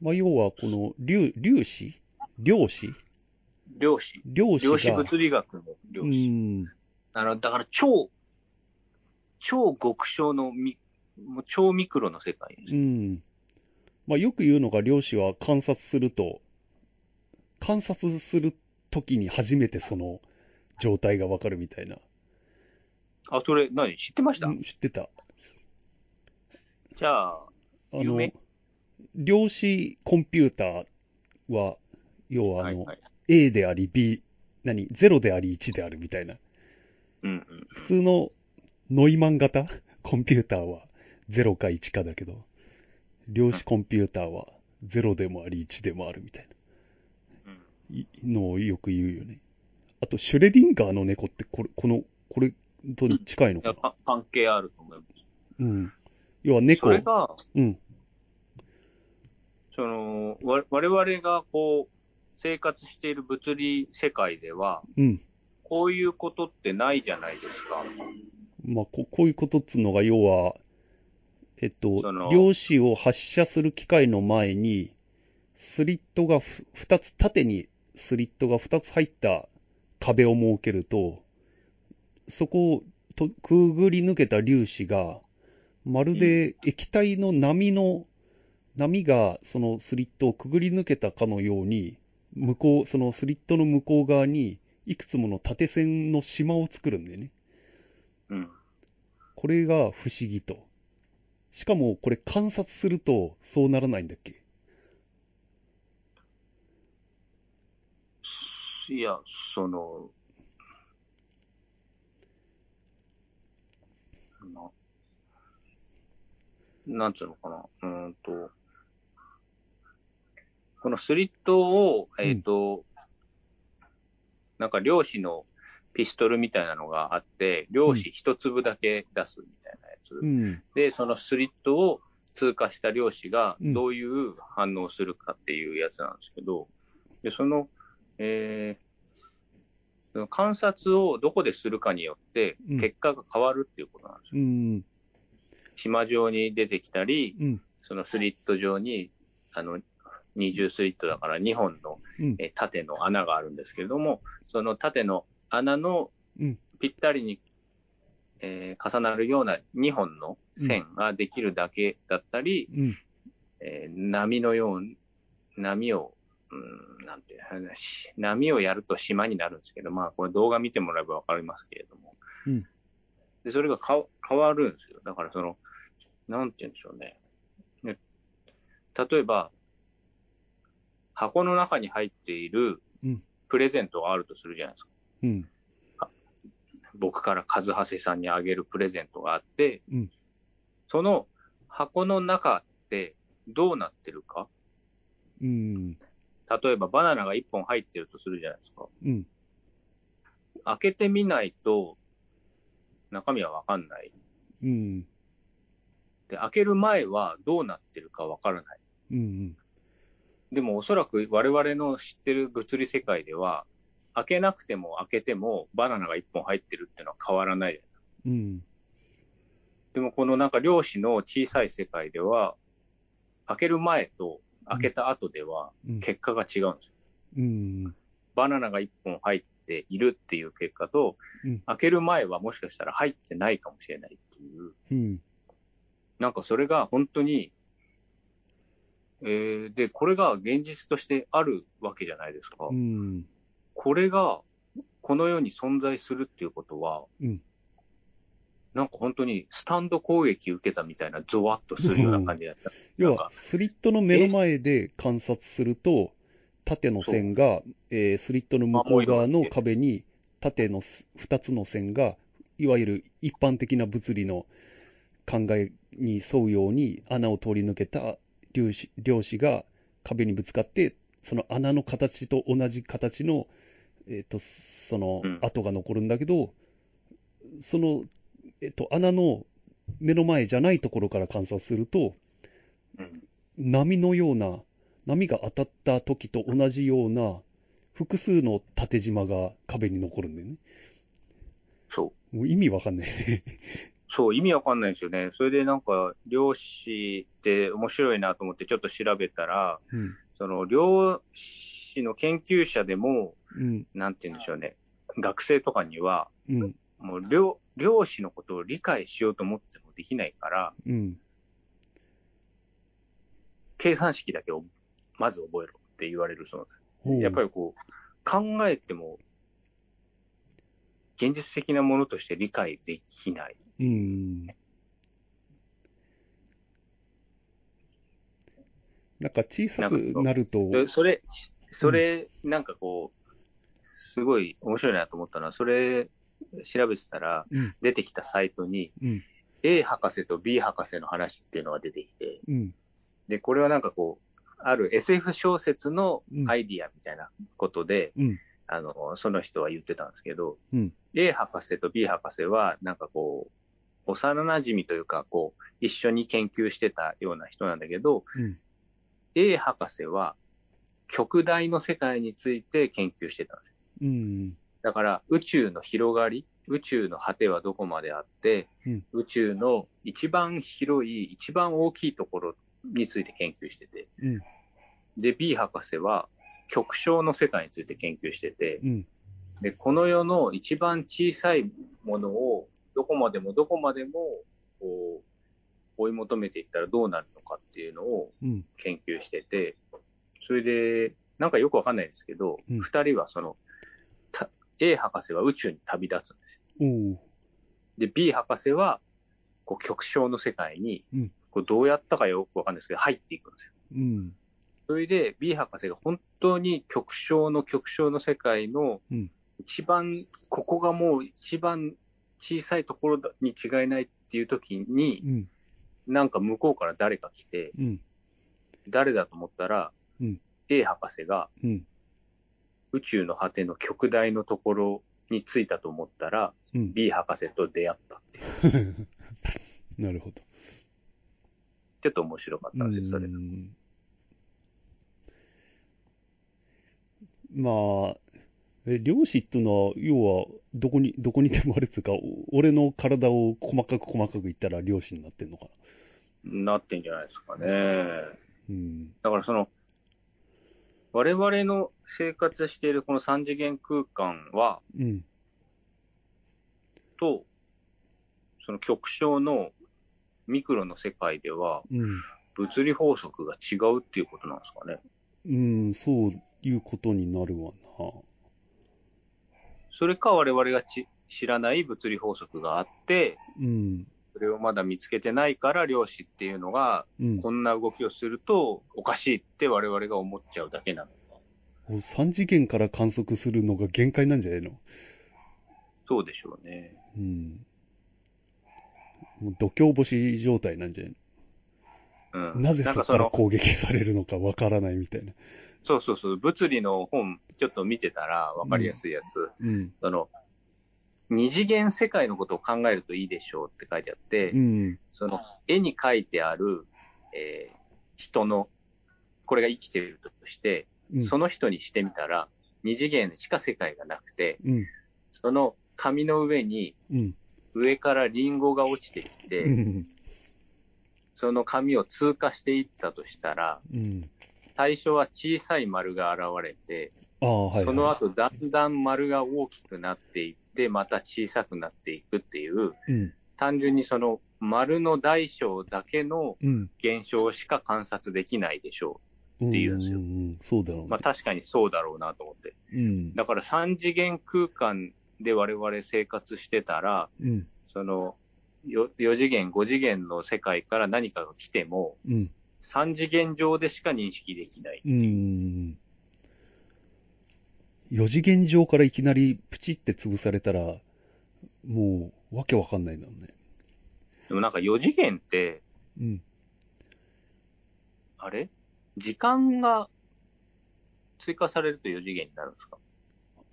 S1: まあ、要は、この粒、粒子量子
S2: 量子。
S1: 量子
S2: 量子
S1: が、
S2: 物理学の量
S1: う
S2: 子。
S1: ん、
S2: あの、だから超、超極小のミ、もう超ミクロの世界です。
S1: うん。まあ、よく言うのが、量子は観察すると、観察するときに初めてその状態がわかるみたいな。
S2: あ、それ何知ってました、
S1: うん知ってた。
S2: じゃあ、
S1: あ
S2: 有
S1: の
S2: 名、
S1: 量子コンピューターは、要はあ
S2: はい
S1: の、
S2: はい。
S1: A であり B、何 ?0 であり1であるみたいな。
S2: うんうん。
S1: 普通のノイマン型コンピューターは0か1かだけど、量子コンピューターは0でもあり1でもあるみたい
S2: うん
S1: ないのをよく言うよね。あと、シュレディンガーの猫ってこれ、この、これと近いの
S2: いや
S1: かな
S2: か関係あると思います。
S1: うん。要は
S2: そ
S1: 猫、
S2: れが、
S1: うん。
S2: その、わ我々がこう、生活している物理世界では、
S1: うん。
S2: こういうことってないじゃないですか。
S1: まあ、ここういうことっつうのが、要は、えっと
S2: そ、の
S1: 量子を発射する機械の前に、スリットがふ2つ、縦にスリットが2つ入った壁を設けると、そこをとくぐり抜けた粒子が、まるで液体の波の、波がそのスリットをくぐり抜けたかのように、向こう、そのスリットの向こう側に、いくつもの縦線の島を作るんだよね。
S2: うん。
S1: これが不思議と。しかもこれ観察するとそうならないんだっけ
S2: いや、その、な、なんつうのかな。うーんと、このスリットを、
S1: ん
S2: えっ、と、なんか量子のピストルみたいなのがあって、量子一粒だけ出すみたいなやつ。
S1: うん。
S2: で、そのスリットを通過した量子が
S1: うん
S2: どういう反応をするかっていうやつなんですけど、でその、えーその観察をどこでするかによって
S1: うん
S2: 結果が変わるっていうことなんです
S1: う
S2: よ。
S1: ん。
S2: 島状に出てきたり、
S1: うん。
S2: そのスリット状に、あの、二重スリットだから2本の、
S1: うん。
S2: えー縦の穴があるんですけれども、その縦の穴の
S1: うん
S2: ぴったりに、えー重なるような2本の線ができるだけだったり、
S1: うん。
S2: えー波のように、波を、うん、なんていうのし波をやると島になるんですけど、まあ、これ動画見てもらえばわかりますけれども。
S1: うん
S2: で、それがか変わるんですよ。だからその、なんて言うんでしょうね。ね例えば、箱の中に入っている
S1: うん
S2: プレゼントがあるとするじゃないですか。
S1: うん。
S2: 僕から和橋さんにあげるプレゼントがあって、
S1: うん
S2: その箱の中ってどうなってるか
S1: うん。
S2: 例えばバナナが1本入ってるとするじゃないですか。
S1: うん。
S2: 開けてみないと中身はわかんない。
S1: うん。
S2: で、開ける前はどうなってるかわからない。
S1: うん。
S2: でもおそらく我々の知ってる物理世界では、開けなくても開けてもバナナが1本入ってるっていうのは変わらない。
S1: うん。
S2: でもこのなんか量子の小さい世界では、開ける前と開けた後では
S1: うん。
S2: 結果が違うんですよ。
S1: うん。
S2: バナナが1本入っているっていう結果と、
S1: うん
S2: 開ける前はもしかしたら入ってないかもしれないっていう、
S1: うん。
S2: なんかそれが本当に、えー、で、これが現実としてあるわけじゃないですか。
S1: うん。
S2: これがこの世に存在するっていうことは、
S1: うん
S2: なんか本当にスタンド攻撃受けたみたいなゾワッとするような感じだった。
S1: 要は、スリットの目の前で観察すると、縦の線が、えースリットの向こう側の壁に、縦のす2つの線が、いわゆる一般的な物理の考えに沿うように穴を通り抜けた粒子量子が壁にぶつかって、その穴の形と同じ形の、えっ、と、その
S2: うん
S1: 跡が残るんだけど、その、えっ、と、穴の目の前じゃないところから観察すると、
S2: うん
S1: 波のような、波が当たった時と同じような、複数の縦縞が壁に残るんだよね。
S2: そう。
S1: もう意味わかんないね。
S2: そう、意味わかんないんですよね。それでなんか、漁師って面白いなと思ってちょっと調べたら、
S1: うん。
S2: その漁師の研究者でも、
S1: うん。
S2: なんて言うんでしょうね、学生とかには、
S1: うん。
S2: もう漁漁師のことを理解しようと思ってもできないから、
S1: うん。
S2: 計算式だけをまず覚えろって言われるそうなんです
S1: ほう
S2: やっぱりこう、考えても、現実的なものとして理解できない。
S1: うん。なんか小さくなると、
S2: でそれ、それ、なんかこう、すごい面白いなと思ったのは、それ調べてたら、
S1: うん、
S2: 出てきたサイトに、
S1: うん、
S2: A 博士と B 博士の話っていうのが出てきて、
S1: うん、
S2: で、これはなんかこう、ある SF 小説の
S1: うん
S2: アイディアみたいなことで、
S1: うん
S2: あの、その人は言ってたんですけど、
S1: うん
S2: A 博士と B 博士は、なんかこう、幼馴染というか、こう、一緒に研究してたような人なんだけど、
S1: うん
S2: A 博士は、極大の世界について研究してたんですよ。
S1: うん、
S2: だから、宇宙の広がり、宇宙の果てはどこまであって、
S1: うん
S2: 宇宙の一番広い、一番大きいところについて研究してて、
S1: うん
S2: で、B 博士は、極小の世界について研究してて、
S1: うん、
S2: で、この世の一番小さいものを、どこまでもどこまでも、こう、追い求めていったらどうなるのかっていうのを
S1: うん、
S2: 研究してて、それで、なんかよくわかんないんですけど、
S1: う
S2: 二、
S1: ん
S2: 人はその、た A 博士は宇宙に旅立つんですよ。
S1: おう、
S2: で、B 博士は、こう、極小の世界に
S1: うん、
S2: こうどうやったかよくわかんないですけど、入っていくんですよ。
S1: うん、
S2: それで、B 博士が本当に極小の極小の世界の
S1: うん、
S2: 一番、ここがもう一番小さいところだに違いないっていう時に
S1: う、ん、
S2: なんか向こうから誰か来て、
S1: うん、
S2: 誰だと思ったら、
S1: うん
S2: A 博士が
S1: うん、
S2: 宇宙の果ての極大のところに着いたと思ったら、
S1: うん
S2: B 博士と出会ったっていう。
S1: なるほど。
S2: ちょっと面白かったんですよ、それ
S1: う。んまあ、え漁師っていうのは、要は、どこに、どこにでもあるっつうか、お俺の体を細かく細かくいったら漁師になってんのかな。
S2: なってんじゃないですかね。
S1: うん、
S2: だからその、我々の生活しているこの三次元空間は、
S1: うん、
S2: と、その極小のミクロの世界では、
S1: うん。
S2: 物理法則が違うっていうことなんですかね。
S1: うん、そういうことになるわな。
S2: それか我々がち知らない物理法則があって、
S1: うん、
S2: それをまだ見つけてないから、量子っていうのが、
S1: うん。
S2: こんな動きをするとおかしいって我々が思っちゃうだけなのか。
S1: 3次元から観測するのが限界なんじゃないの
S2: そうでしょうね。
S1: うん。もう度胸星状態なんじゃない
S2: うん。
S1: のなぜ
S2: なん
S1: そこか
S2: かそ
S1: ら
S2: の、
S1: 攻撃されるのかわからないみたいな。
S2: そうそうそう、物理の本ちょっと見てたらわかりやすいやつ、
S1: うん。
S2: その、二次元世界のことを考えるといいでしょうって書いてあって、
S1: うん。
S2: その絵に描いてある、えー人の、これが生きているとして、
S1: うん。
S2: その人にしてみたら、二次元しか世界がなくて、
S1: うん。
S2: その紙の上に
S1: うん。
S2: 上からリンゴが落ちてきて、
S1: うん。
S2: その紙を通過していったとしたら、
S1: うん。
S2: 最初は小さい丸が現れて、
S1: ああ、はい、はい。
S2: その後だんだん丸が大きくなっていって、また小さくなっていくっていう、
S1: うん。
S2: 単純にその丸の大小だけの
S1: うん。
S2: 現象しか観察できないでしょ
S1: うん。
S2: ていうんですよ
S1: ん。そうだろう
S2: う。
S1: ね。
S2: まあ確かにそうだろうなと思って。
S1: うん。
S2: だから三次元空間で我々生活してたら、
S1: うん。
S2: そのよ4次元、5次元の世界から何かが来ても、
S1: うん。
S2: 3次元上でしか認識できない。
S1: うん。4次元上からいきなりプチって潰されたら、もう、わけわかんないんだろうね。
S2: でもなんか4次元って、
S1: うん。
S2: あれ時間が追加されると4次元になるんです
S1: あ
S2: か
S1: あ。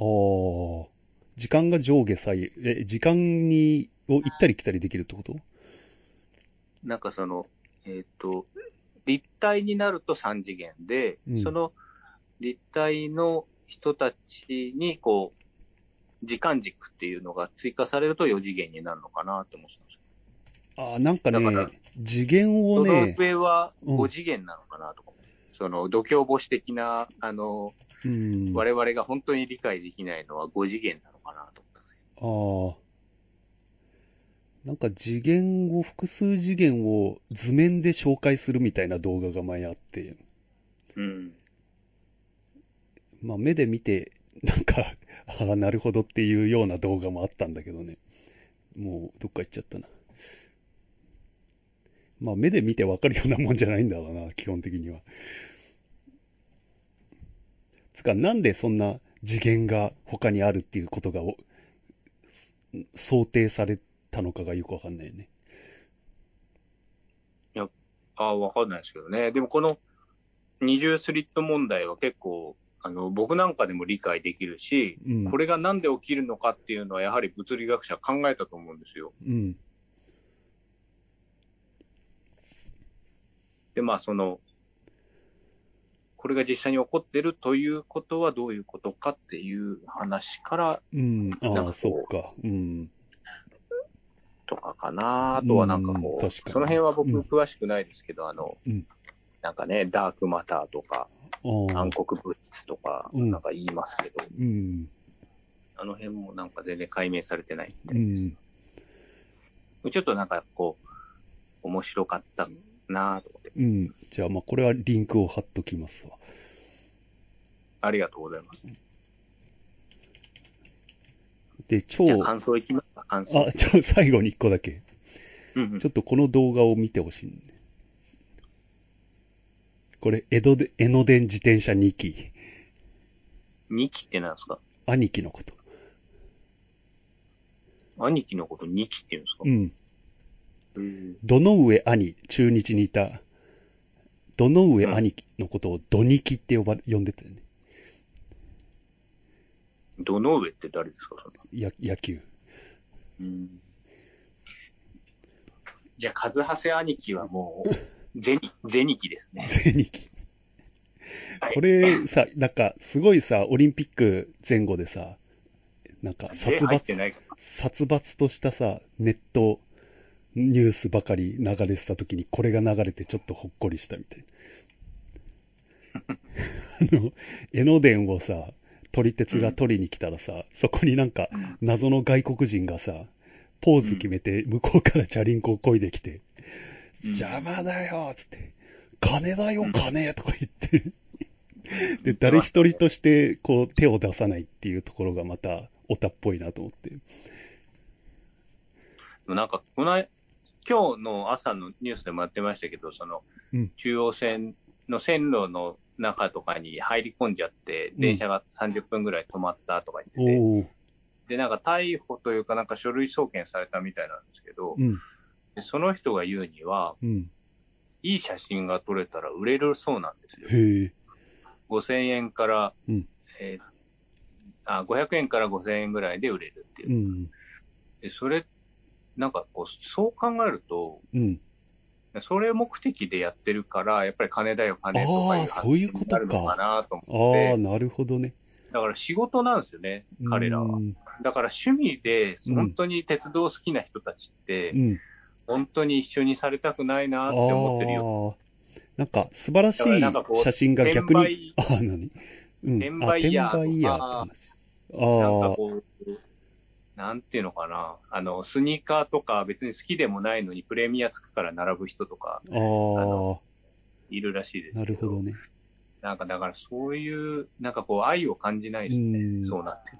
S1: 時間が上下左右、え、時間に、を行ったり来たりできるってこと
S2: なんかその、えっ、と、立体になると3次元で、
S1: うん
S2: その立体の人たちに、こう、時間軸っていうのが追加されると4次元になるのかなって思ってたんです
S1: ああ、なんかね
S2: だから、
S1: 次元を
S2: その
S1: ね、
S2: 上は
S1: うん
S2: 5次元なのかなとか思って、その度胸防止的な、あの、
S1: うん。あ
S2: 我々が本当に理解できないのは5次元なのかなと思ったんですけ
S1: あ。なんか次元を、複数次元を図面で紹介するみたいな動画が前あって、
S2: ど。うん。
S1: まあ目で見て、なんか、ああ、なるほどっていうような動画もあったんだけどね。もう、どっか行っちゃったな。まあ目で見てわかるようなもんじゃないんだろうな、基本的には。つか、なんでそんな次元が他にあるっていうことがおす想定されたのかがよくわかんないよね。
S2: ああ、わかんないですけどね。でもこの二重スリット問題は結構、あの、僕なんかでも理解できるし、
S1: うん。
S2: これがなんで起きるのかっていうのはやはり物理学者は考えたと思うんですよ。
S1: うん。
S2: で、まあその、これが実際に起こってるということはどういうことかっていう話から
S1: うん。
S2: な
S1: あ
S2: ん
S1: あ、
S2: か
S1: そ
S2: こ
S1: っか。うん。
S2: とかかな。あとはなんかこう、
S1: うん確かに
S2: その辺は僕
S1: うん
S2: 詳しくないですけど、あの、
S1: うん
S2: なんかね、ダークマターとか、
S1: ああ
S2: 暗。黒物質とか、
S1: うん
S2: なんか言いますけど、
S1: うん。
S2: あの辺もなんか全然解明されてないみた
S1: う
S2: いです。
S1: ん。
S2: ちょっとなんかこう、面白かったなぁと思って、
S1: うん。じゃあ、まあ、これはリンクを貼っときますわ。
S2: ありがとうございます。
S1: で、超
S2: じゃ、あ感想いきますか、感想。
S1: あ、ちょ、 最後に一個だけ。
S2: うんうん
S1: ちょっとこの動画を見てほしい、ね。これ、江戸で、江ノ電自転車2期。
S2: 二期ってなんですか
S1: 兄貴のこと。
S2: 兄貴のこと二期って言うんですか
S1: うん。
S2: うん。
S1: どの上兄、中日にいた、どの上兄貴のことを土日って呼ば、呼んでたよね。
S2: どの上って誰ですかそんな
S1: や、野球。
S2: うん。じゃあ、カズハセ兄貴はもう、ゼニ、ゼニキですね。
S1: 全日
S2: はい
S1: これさ、なんか、すごいさ、オリンピック前後でさ、なんか、
S2: ゼ
S1: 殺
S2: 入っ
S1: 伐
S2: てないかな。
S1: 殺伐としたさ、ネットニュースばかり流れてた時にこれが流れてちょっとほっこりしたみたい な。あの、江ノ電をさ、撮り鉄が取りに来たらさ、そこになんか
S2: うん
S1: 謎の外国人がさ、ポーズ決めて向こうからチャリンコを漕いできて、
S2: うん
S1: 邪魔だよっつって、金だよ
S2: うん
S1: 金とか言って、で、誰一人としてこう手を出さないっていうところがまたオタっぽいなと思って。
S2: でもなんか、この、今日の朝のニュースでもやってましたけど、その
S1: うん、
S2: 中央線の線路の中とかに入り込んじゃって、
S1: ん
S2: 電車が30分ぐらい止まったとか言ってて、
S1: おお、
S2: で、なんか逮捕というか、なんか書類送検されたみたいなんですけど
S1: う、ん、
S2: でその人が言うには、
S1: うん、
S2: いい写真が撮れたら売れるそうなんですよ。
S1: へえ、
S2: 5000円から、
S1: うん
S2: えーあ500円から5000円ぐらいで売れるっていう
S1: う。ん、
S2: でそれ、なんかこう、そう考えると、
S1: うん、
S2: それ目的でやってるから、やっぱり金だよ、金とかいう
S1: あーそういうことか
S2: 発言になるのかなと
S1: あ
S2: 思って
S1: あ、、なるほどね。
S2: だから仕事なんですよね、彼らは
S1: う。ん、
S2: だから趣味で、
S1: うん
S2: 本当に鉄道好きな人たちって、
S1: うん、
S2: 本当に一緒にされたくないな
S1: あ
S2: っ
S1: あ
S2: て思ってるよ。
S1: ー、なんか素晴らし
S2: だからなんかこ
S1: いう写真が逆
S2: 転
S1: に、
S2: 売
S1: ああ、何うん、
S2: 転売ヤー
S1: あ転売ヤーって
S2: あ
S1: 話。
S2: ーなん
S1: あ
S2: か
S1: あ、
S2: こう、なんていうのかな、あの、スニーカーとか別に好きでもないのにプレミアつくから並ぶ人とか
S1: ああ、
S2: いるらしいです
S1: な
S2: け
S1: る
S2: ど。
S1: ほどね。
S2: なんかだからそういう、なんかこう愛を感じないですね。
S1: うん
S2: そうなってくる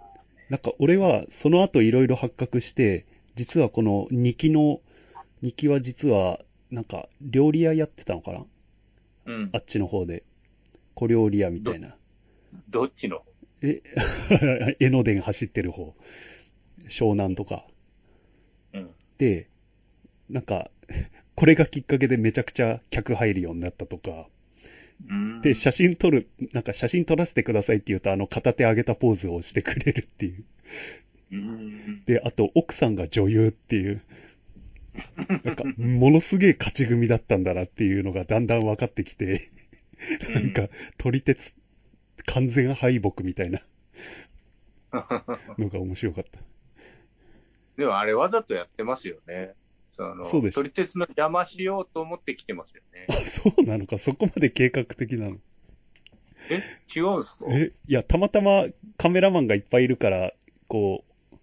S1: なんか俺はその後いろいろ発覚して、実はこの日記の、日記は実は、なんか料理屋やってたのかな
S2: と。うん
S1: あ。っちの方で。小料理屋みたいな。
S2: どっちの
S1: え、 江ノ電走ってる方。湘南とか。
S2: うん。
S1: で、なんか、これがきっかけでめちゃくちゃ客入るようになったとか。
S2: うん
S1: で、写真撮る、なんか写真撮らせてくださいって言うと、あの片手上げたポーズをしてくれるっていう。
S2: うん。
S1: で、あと奥さんが女優っていう。なん か、ものすげえ勝ち組だったんだなっていうのがだんだん分かってきて、なんか、撮り鉄、完全敗北みた いなのが面白かった。
S2: でもあれわざとやってますよね。ですよ。あの、
S1: そうです
S2: 撮り鉄の邪魔しようと思って来てますよね
S1: あ。、そうなのか、そこまで計画的なの。
S2: え違うんですか
S1: え、いや、たまたまカメラマンがいっぱいいるから、こう、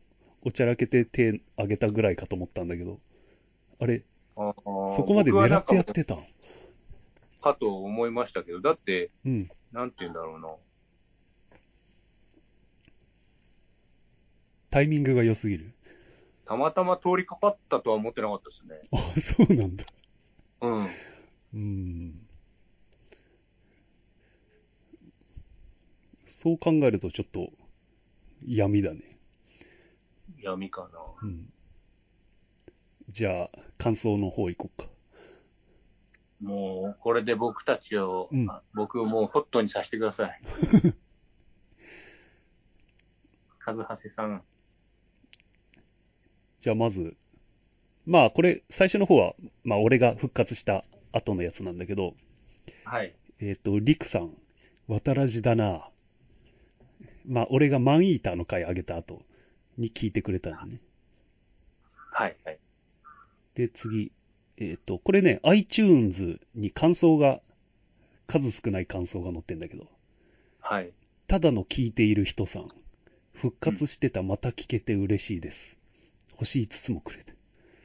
S1: おちゃらけて手あげたぐらいかと思ったんだけど、あれ、
S2: そ
S1: そこまで狙ってやってたん
S2: かと思いましたけど、だって、
S1: うん。
S2: なんて言うんだろうな。
S1: タイミングが良すぎる。
S2: たまたま通りかかったとは思ってなかったですね。
S1: あ、そうなんだ。
S2: うん。
S1: うん。そう考えるとちょっと闇だね。
S2: 闇かな。
S1: うん。じゃあ、感想の方行こうか。
S2: もう、これで僕たちを、
S1: うん
S2: あ僕をもうホットにさせてく ださい。カズハセさん。
S1: じゃあまず、まあこれ、最初の方は、まあ俺が復活した後のやつなんだけど、
S2: はい。
S1: えっ、と、リクさん、渡らじだな。まあ俺がマンイーターの回上げた後に聞いてくれたのね。
S2: はい。はい。
S1: で、次。えっ、と、これね、iTunes に感想が、数少ない感想が載ってんだけど、
S2: はい。
S1: ただの聞いている人さん、復活してたまた聞けて嬉しいです。星5つもくれて。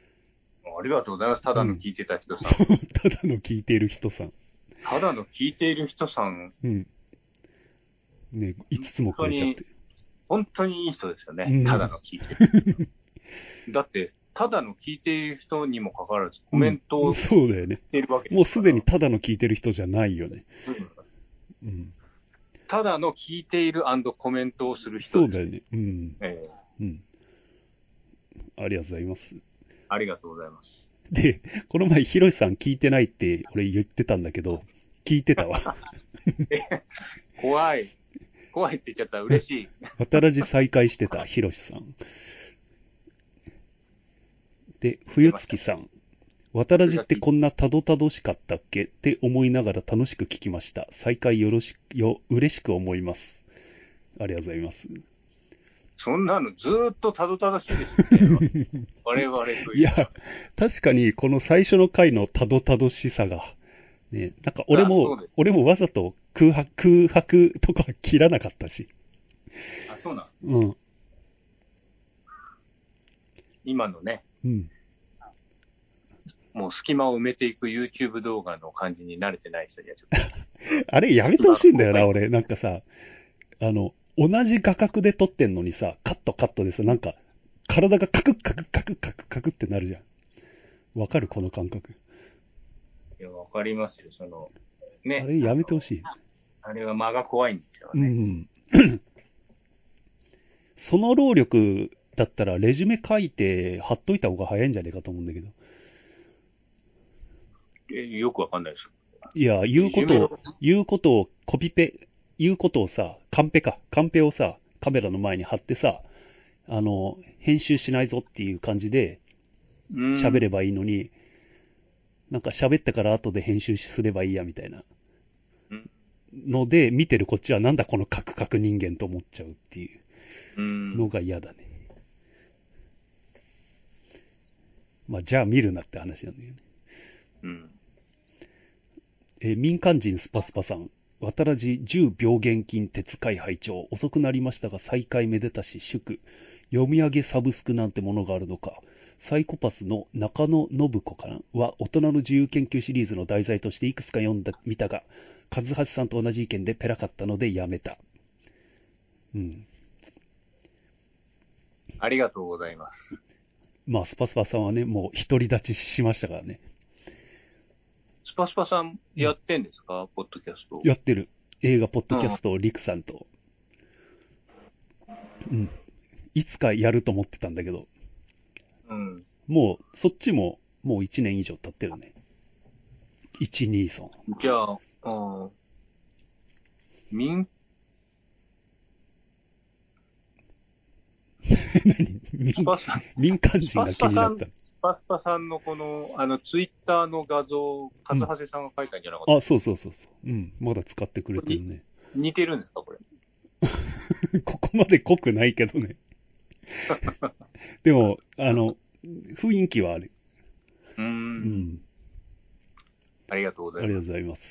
S2: ありがとうございます。ただの聞いてた人さん。
S1: ただの聞いている人さん。
S2: ただの聞いている人さん、
S1: うん。ね、5つもくれちゃって。
S2: 本当にいい人ですよ
S1: うん
S2: ね。ただの聞いてる。だって、ただの聞いている人にもかかわらず、コメントをし
S1: そうだよね。
S2: ているわけですから
S1: もうすでに、ただの聞いてる人じゃないよね。
S2: うん
S1: うん。
S2: ただの聞いているコメントをする
S1: そう
S2: 人です
S1: だよね。うん。
S2: ええ
S1: うん。ありがとうございます。
S2: ありがとうございます。
S1: で、この前、ヒロシさん聞いてないって俺言ってたんだけど、聞いてたわ。
S2: 怖い。怖いって言っちゃったら嬉しい。
S1: 渡らじ再開してた、ヒロシさん。で、冬月さん。渡らじってこんなたどたどしかったっけって思いながら楽しく聞きました。再開よろしく、よ、嬉しく思います。ありがとうございます。
S2: そんなのずーっとたどたどしいですよね。我々と
S1: い
S2: いう。
S1: や、確かにこの最初の回のたどたどしさが、ね、なんか俺
S2: あそ
S1: も
S2: うです、
S1: 俺もわざと空白、空白とか切らなかったし。
S2: あ、そうなん。
S1: うん。
S2: 今のね、
S1: うん。
S2: もう隙間を埋めていく YouTube 動画の感じに慣れてない人にはちょっ
S1: あれやめてほしいんだよ
S2: ま
S1: な、
S2: あ
S1: 俺。なんかさ、あの、同じ画角で撮ってんのにさ、カットカットでさ、なんか、体がカクカクカクカクカクってなるじゃん。わかるこの感覚。
S2: と、いやわかりますよ。その、
S1: あ
S2: ね。
S1: れやめてほしい。
S2: あれは間が怖いんですよ
S1: う
S2: ね。
S1: ん。 その労力だったら、レジュメ書いて貼っといた方が早いんじゃねえかと思うんだけど。
S2: えよくわかんないです。
S1: いや、言うことを、言うことをコピペ、言うことをさ、カンペか、カンペをさ、カメラの前に貼ってさ、あの、編集しないぞっていう感じで、
S2: うん
S1: 喋ればいいのに、なんか喋ったから後で編集すればいいやみたいな
S2: うん。
S1: ので、見てるこっちはなんだこのカクカク人間と思っちゃうっていう
S2: う
S1: の
S2: ん。
S1: が嫌だね。まあ、じゃあ見るなって話なんだよね。
S2: うん。
S1: えー民間人スパスパさん。渡らじ10病原菌鉄会拝聴遅くなりましたが再開めでたし祝。読み上げサブスクなんてものがあるのか。サイコパスの中野信子かなは大人の自由研究シリーズの題材としていくつか読んだ、見たが、和橋さんと同じ意見でペラかったのでやめた。うん。
S2: ありがとうございます。
S1: まあ、スパスパさんはね、もう独り立ちしましたからね。
S2: スパスパさんやってんですか、ポッドキャスト。
S1: やってる。映画、ポッドキャスト、リクさんと。うん。いつかやると思ってたんだけど、
S2: うん。
S1: もう、そっちも、もう1年以上経ってるね。1、2、3。
S2: じゃあ、うん。民、
S1: 何民
S2: スパス
S1: 民間人が気になっ
S2: スパ
S1: た。
S2: スパスパスパさんのこの、あの、ツイッターの画像、カズハセさんが書いたんじゃなかった、
S1: あ、そうそうそうそう。うん。まだ使ってくれてるね。
S2: 似てるんですか、これ。。
S1: ここまで濃くない けどね。でも、あの、雰囲気はある。うんん。
S3: ありがとうご
S1: あ
S3: ざ
S1: りが
S3: い
S1: とう
S3: ま
S1: ございます。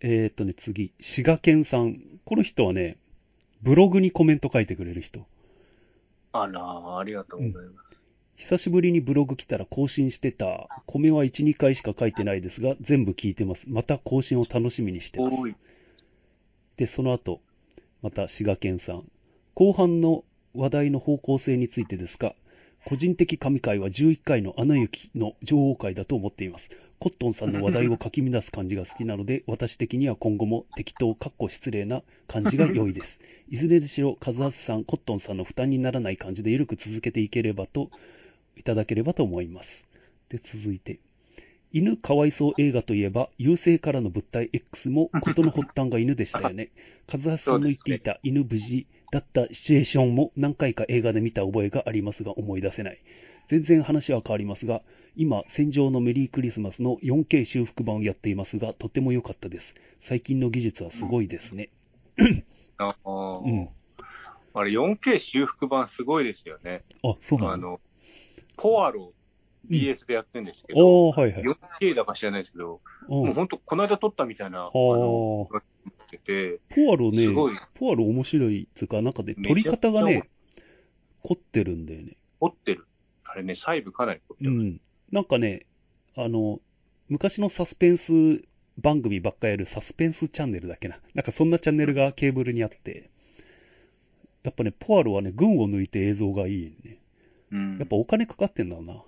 S1: えーっとね、次。滋賀県さん。この人はね、ブログにコメント書いてくれる人。
S2: あら、ありがとうございます。
S1: 久しぶりにブログ来たら更新してた。米は1、2回しか書いてないですが、全部聞いてます。また更新を楽しみにしてます
S2: お。い。
S1: で、その後、また滋賀県さん。後半の話題の方向性についてですが、個人的神回は11回のアナ雪の女王回だと思っています。コットンさんの話題をかき乱す感じが好きなので、私的には今後も適当、かっこ失礼な感じが良いです。いずれにしろ、カズハスさん、コットンさんの負担にならない感じで緩く続けていければと、いただければと思います。で、続いて。犬かわいそう映画といえば、優勢からの物体 X も事の発端が犬でしたよ ね。カズハスさんの言っていた犬無事だったシチュエーションも何回か映画で見た覚えがありますが思い出せない。全然話は変わりますが、今、戦場のメリークリスマスの 4K 修復版をやっていますが、とても良かったです。最近の技術はすごいですね。
S2: あー
S1: うん。
S2: あれ、4K 修復版すごいですよね。
S1: あ、そうな
S2: あ
S1: の
S2: の、ポアロ BS でやってるんですけ
S1: あ
S2: ど、
S1: あ、はいはい。
S2: 4K だか知らないですけど、
S1: うん
S2: もう本当この間撮ったみたいな、あの、撮
S1: はあ。
S2: ってて、
S1: ポアロね
S2: す、ごい、
S1: ポアロ面白いっつうか、なんかね、
S2: めちゃ
S1: 取り
S2: くち
S1: 方
S2: ゃ
S1: がね、凝ってるんだよね。
S2: 凝ってる。あれね、細部かなり凝って
S1: う
S2: る。
S1: ん。なんかね、あの、昔のサスペンス番組ばっかやるサスペンスチャンネルだっけな。なんかそんなチャンネルがケーブルにあって、やっぱね、ポアロはね、群を抜いて映像がいいね。
S2: うん
S1: やっぱお金かかってんだろうな。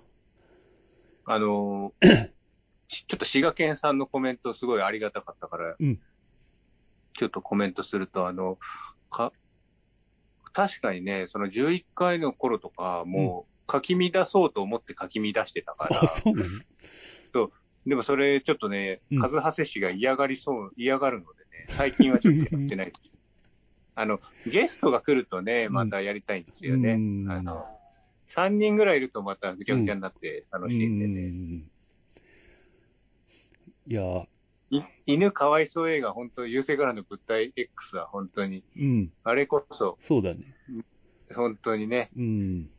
S2: あのー ちちょっと滋賀県さんのコメントすごいありがたかったから、
S1: うん
S2: ちょっとコメントすると、あの、か、確かにね、その11回の頃とか、もう書き乱そうと思って書き乱してたから、
S1: あ、そうなの
S2: でもそれちょっとね
S1: うん、
S2: カズハセ氏が嫌がりそう、嫌がるのでね、最近はちょっとやってない。あの、ゲストが来るとね、またやりたいんですよね。
S1: うん
S2: あの、3人ぐらいいるとまたぐちゃぐちゃになって楽しいんでね。
S1: うんいやー、
S2: い犬かわいそう映画、本当、優勢からの物体 X は本当に、
S1: うん、
S2: あれこそ、
S1: そうだね。
S2: 本当にね、
S1: うん。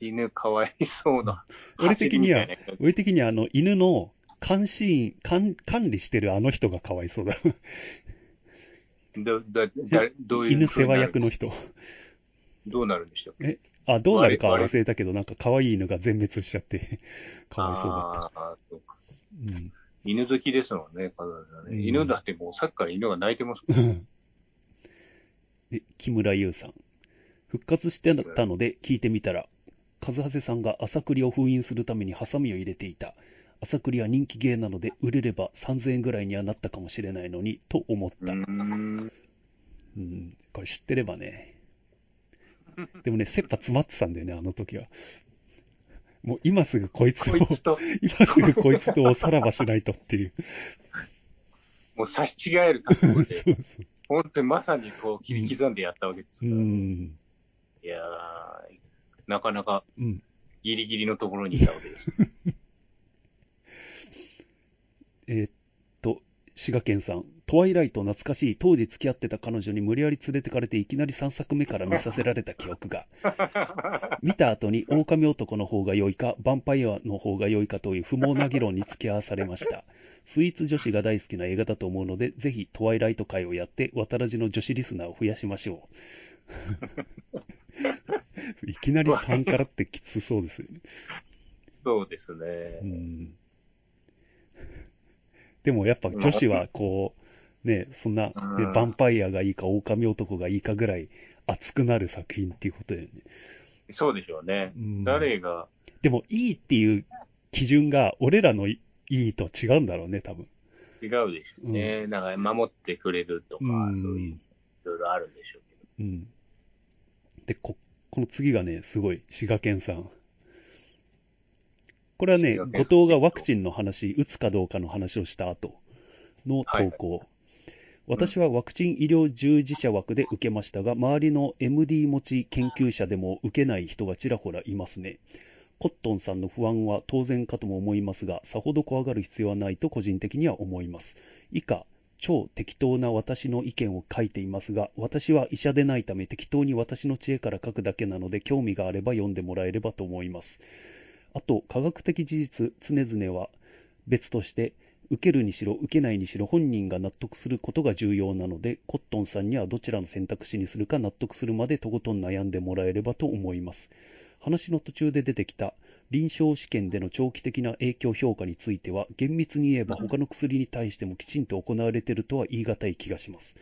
S2: 犬かわいそうな
S1: 俺的には
S2: 走りみたいな
S1: 俺的にはあの、犬の監視員、管管理してるあの人がかわいそうだ。
S2: どだだどういう
S1: 犬世話役
S2: の。
S1: の人。
S2: どうなるんでしょう。
S1: あ、どうなるかは忘れたけど、なんか可愛い犬が全滅しちゃって、 かわいそうだった。
S2: あーそうか
S1: うん。
S2: 犬好きですもんね、カズハセ
S1: うん
S2: ね。犬だってもうさっきから犬が泣いてますもん。
S1: で、木村優さん。復活してたので聞いてみたら、カズハセさんが朝栗を封印するためにハサミを入れていた。朝栗は人気ゲーなので、売れれば3000円ぐらいにはなったかもしれないのに、と思った。
S2: うーん
S1: うん、これ知ってればね。でもね、切羽詰まってたんだよね、あの時は。もう今すぐこいつを
S2: こ、いつと、
S1: 今すぐこいつとおさらばしないとっていう。
S2: もう差し違える覚 悟で、
S1: そうそう。
S2: 本当にまさにこう切り刻んでやったわけです
S1: う
S2: から。
S1: ん。
S2: いやーなかなか
S1: うん。
S2: ギリギリのところにいたわ けです。
S1: えーっと、滋賀県さん、トワイライト懐かしい、当時付き合ってた彼女に無理やり連れてかれていきなり3作目から見させられた記憶が。見た後に狼男の方が良いか、ヴァンパイアの方が良いかという不毛な議論に付き合わされました。スイーツ女子が大好きな映画だと思うので、ぜひトワイライト会をやって、渡らじの女子リスナーを増やしましょ う。いきなり3からってきつそうですよね。
S2: そうです
S1: う
S2: ね。
S1: ん でもやっぱ女子はこう、ね、そんな、ね、ヴ
S2: うん
S1: ァンパイアがいいか、狼男がいいかぐらい熱くなる作品っていうことだよね。
S2: そうでしょうね
S1: う。ん
S2: 誰が、
S1: でもいいっていう基準が俺らのいいいと違うんだろうね、多分。
S2: 違うでしょうね。なんか守ってくれるとか、
S1: うん
S2: そういう、いろいろあるんでしょうけど。
S1: うん。で、こ、この次がね、すごい、滋賀県さん。これはね、
S2: 滋賀県
S1: 後藤がワクチンの話、打つかどうかの話をした後の投稿。私はワクチン医療従事者枠で受けましたが、周りの MD 持ち研究者でも受けない人がちらほらいますね。コットンさんの不安は当然かとも思いますが、さほど怖がる必要はないと個人的には思います。以下、超適当な私の意見を書いていますが、私は医者でないため適当に私の知恵から書くだけなので、興味があれば読んでもらえればと思います。あと、科学的事実、常々は別として、受けるにしろ受けないにしろ本人が納得することが重要なので、コットンさんにはどちらの選択肢にするか納得するまでとことん悩んでもらえればと思います。話の途中で出てきた臨床試験での長期的な影響評価については、厳密に言えば他の薬に対してもきちんと行われているとは言い難い気がします。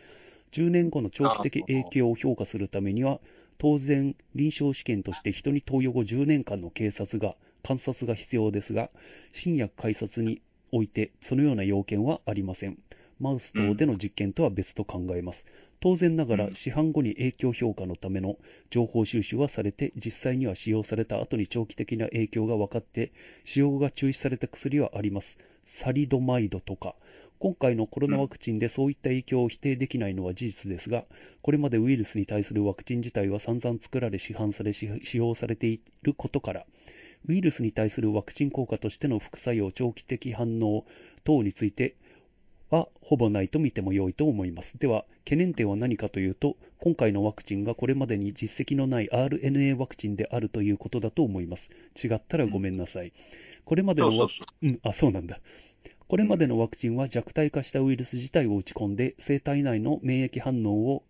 S1: 10年後の長期的影響を評価するためには、当然、臨床試験として人に投与後10年間の警察が、観察が必要ですが、新薬開発においてそのような要件はありません。マウス等での実験とは別と考えます。当然ながら、
S4: うん
S1: 市販後に影響評価のための情報収集はされて、実際には使用された後に長期的な影響が分かって、使用が中止された薬はあります。サリドマイドとか。今回のコロナワクチンでそういった影響を否定できないのは事実ですが、これまでウイルスに対するワクチン自体は散々作られ市販されし使用されていることから、ウイルスに対するワクチン効果としての副作用、長期的反応等についてはほぼないと見ても良いと思います。では、懸念点は何かというと、今回のワクチンがこれまでに実績のない RNA ワクチンであるということだと思います。違ったらごめんなさい。これまでの
S4: そ
S1: ワ
S4: う
S1: ク
S4: そうそう。
S1: うん、あ、そうなんだ。これまでのワクチンは弱体化したウイルス自体を打ち込んで、生体内の免疫反応を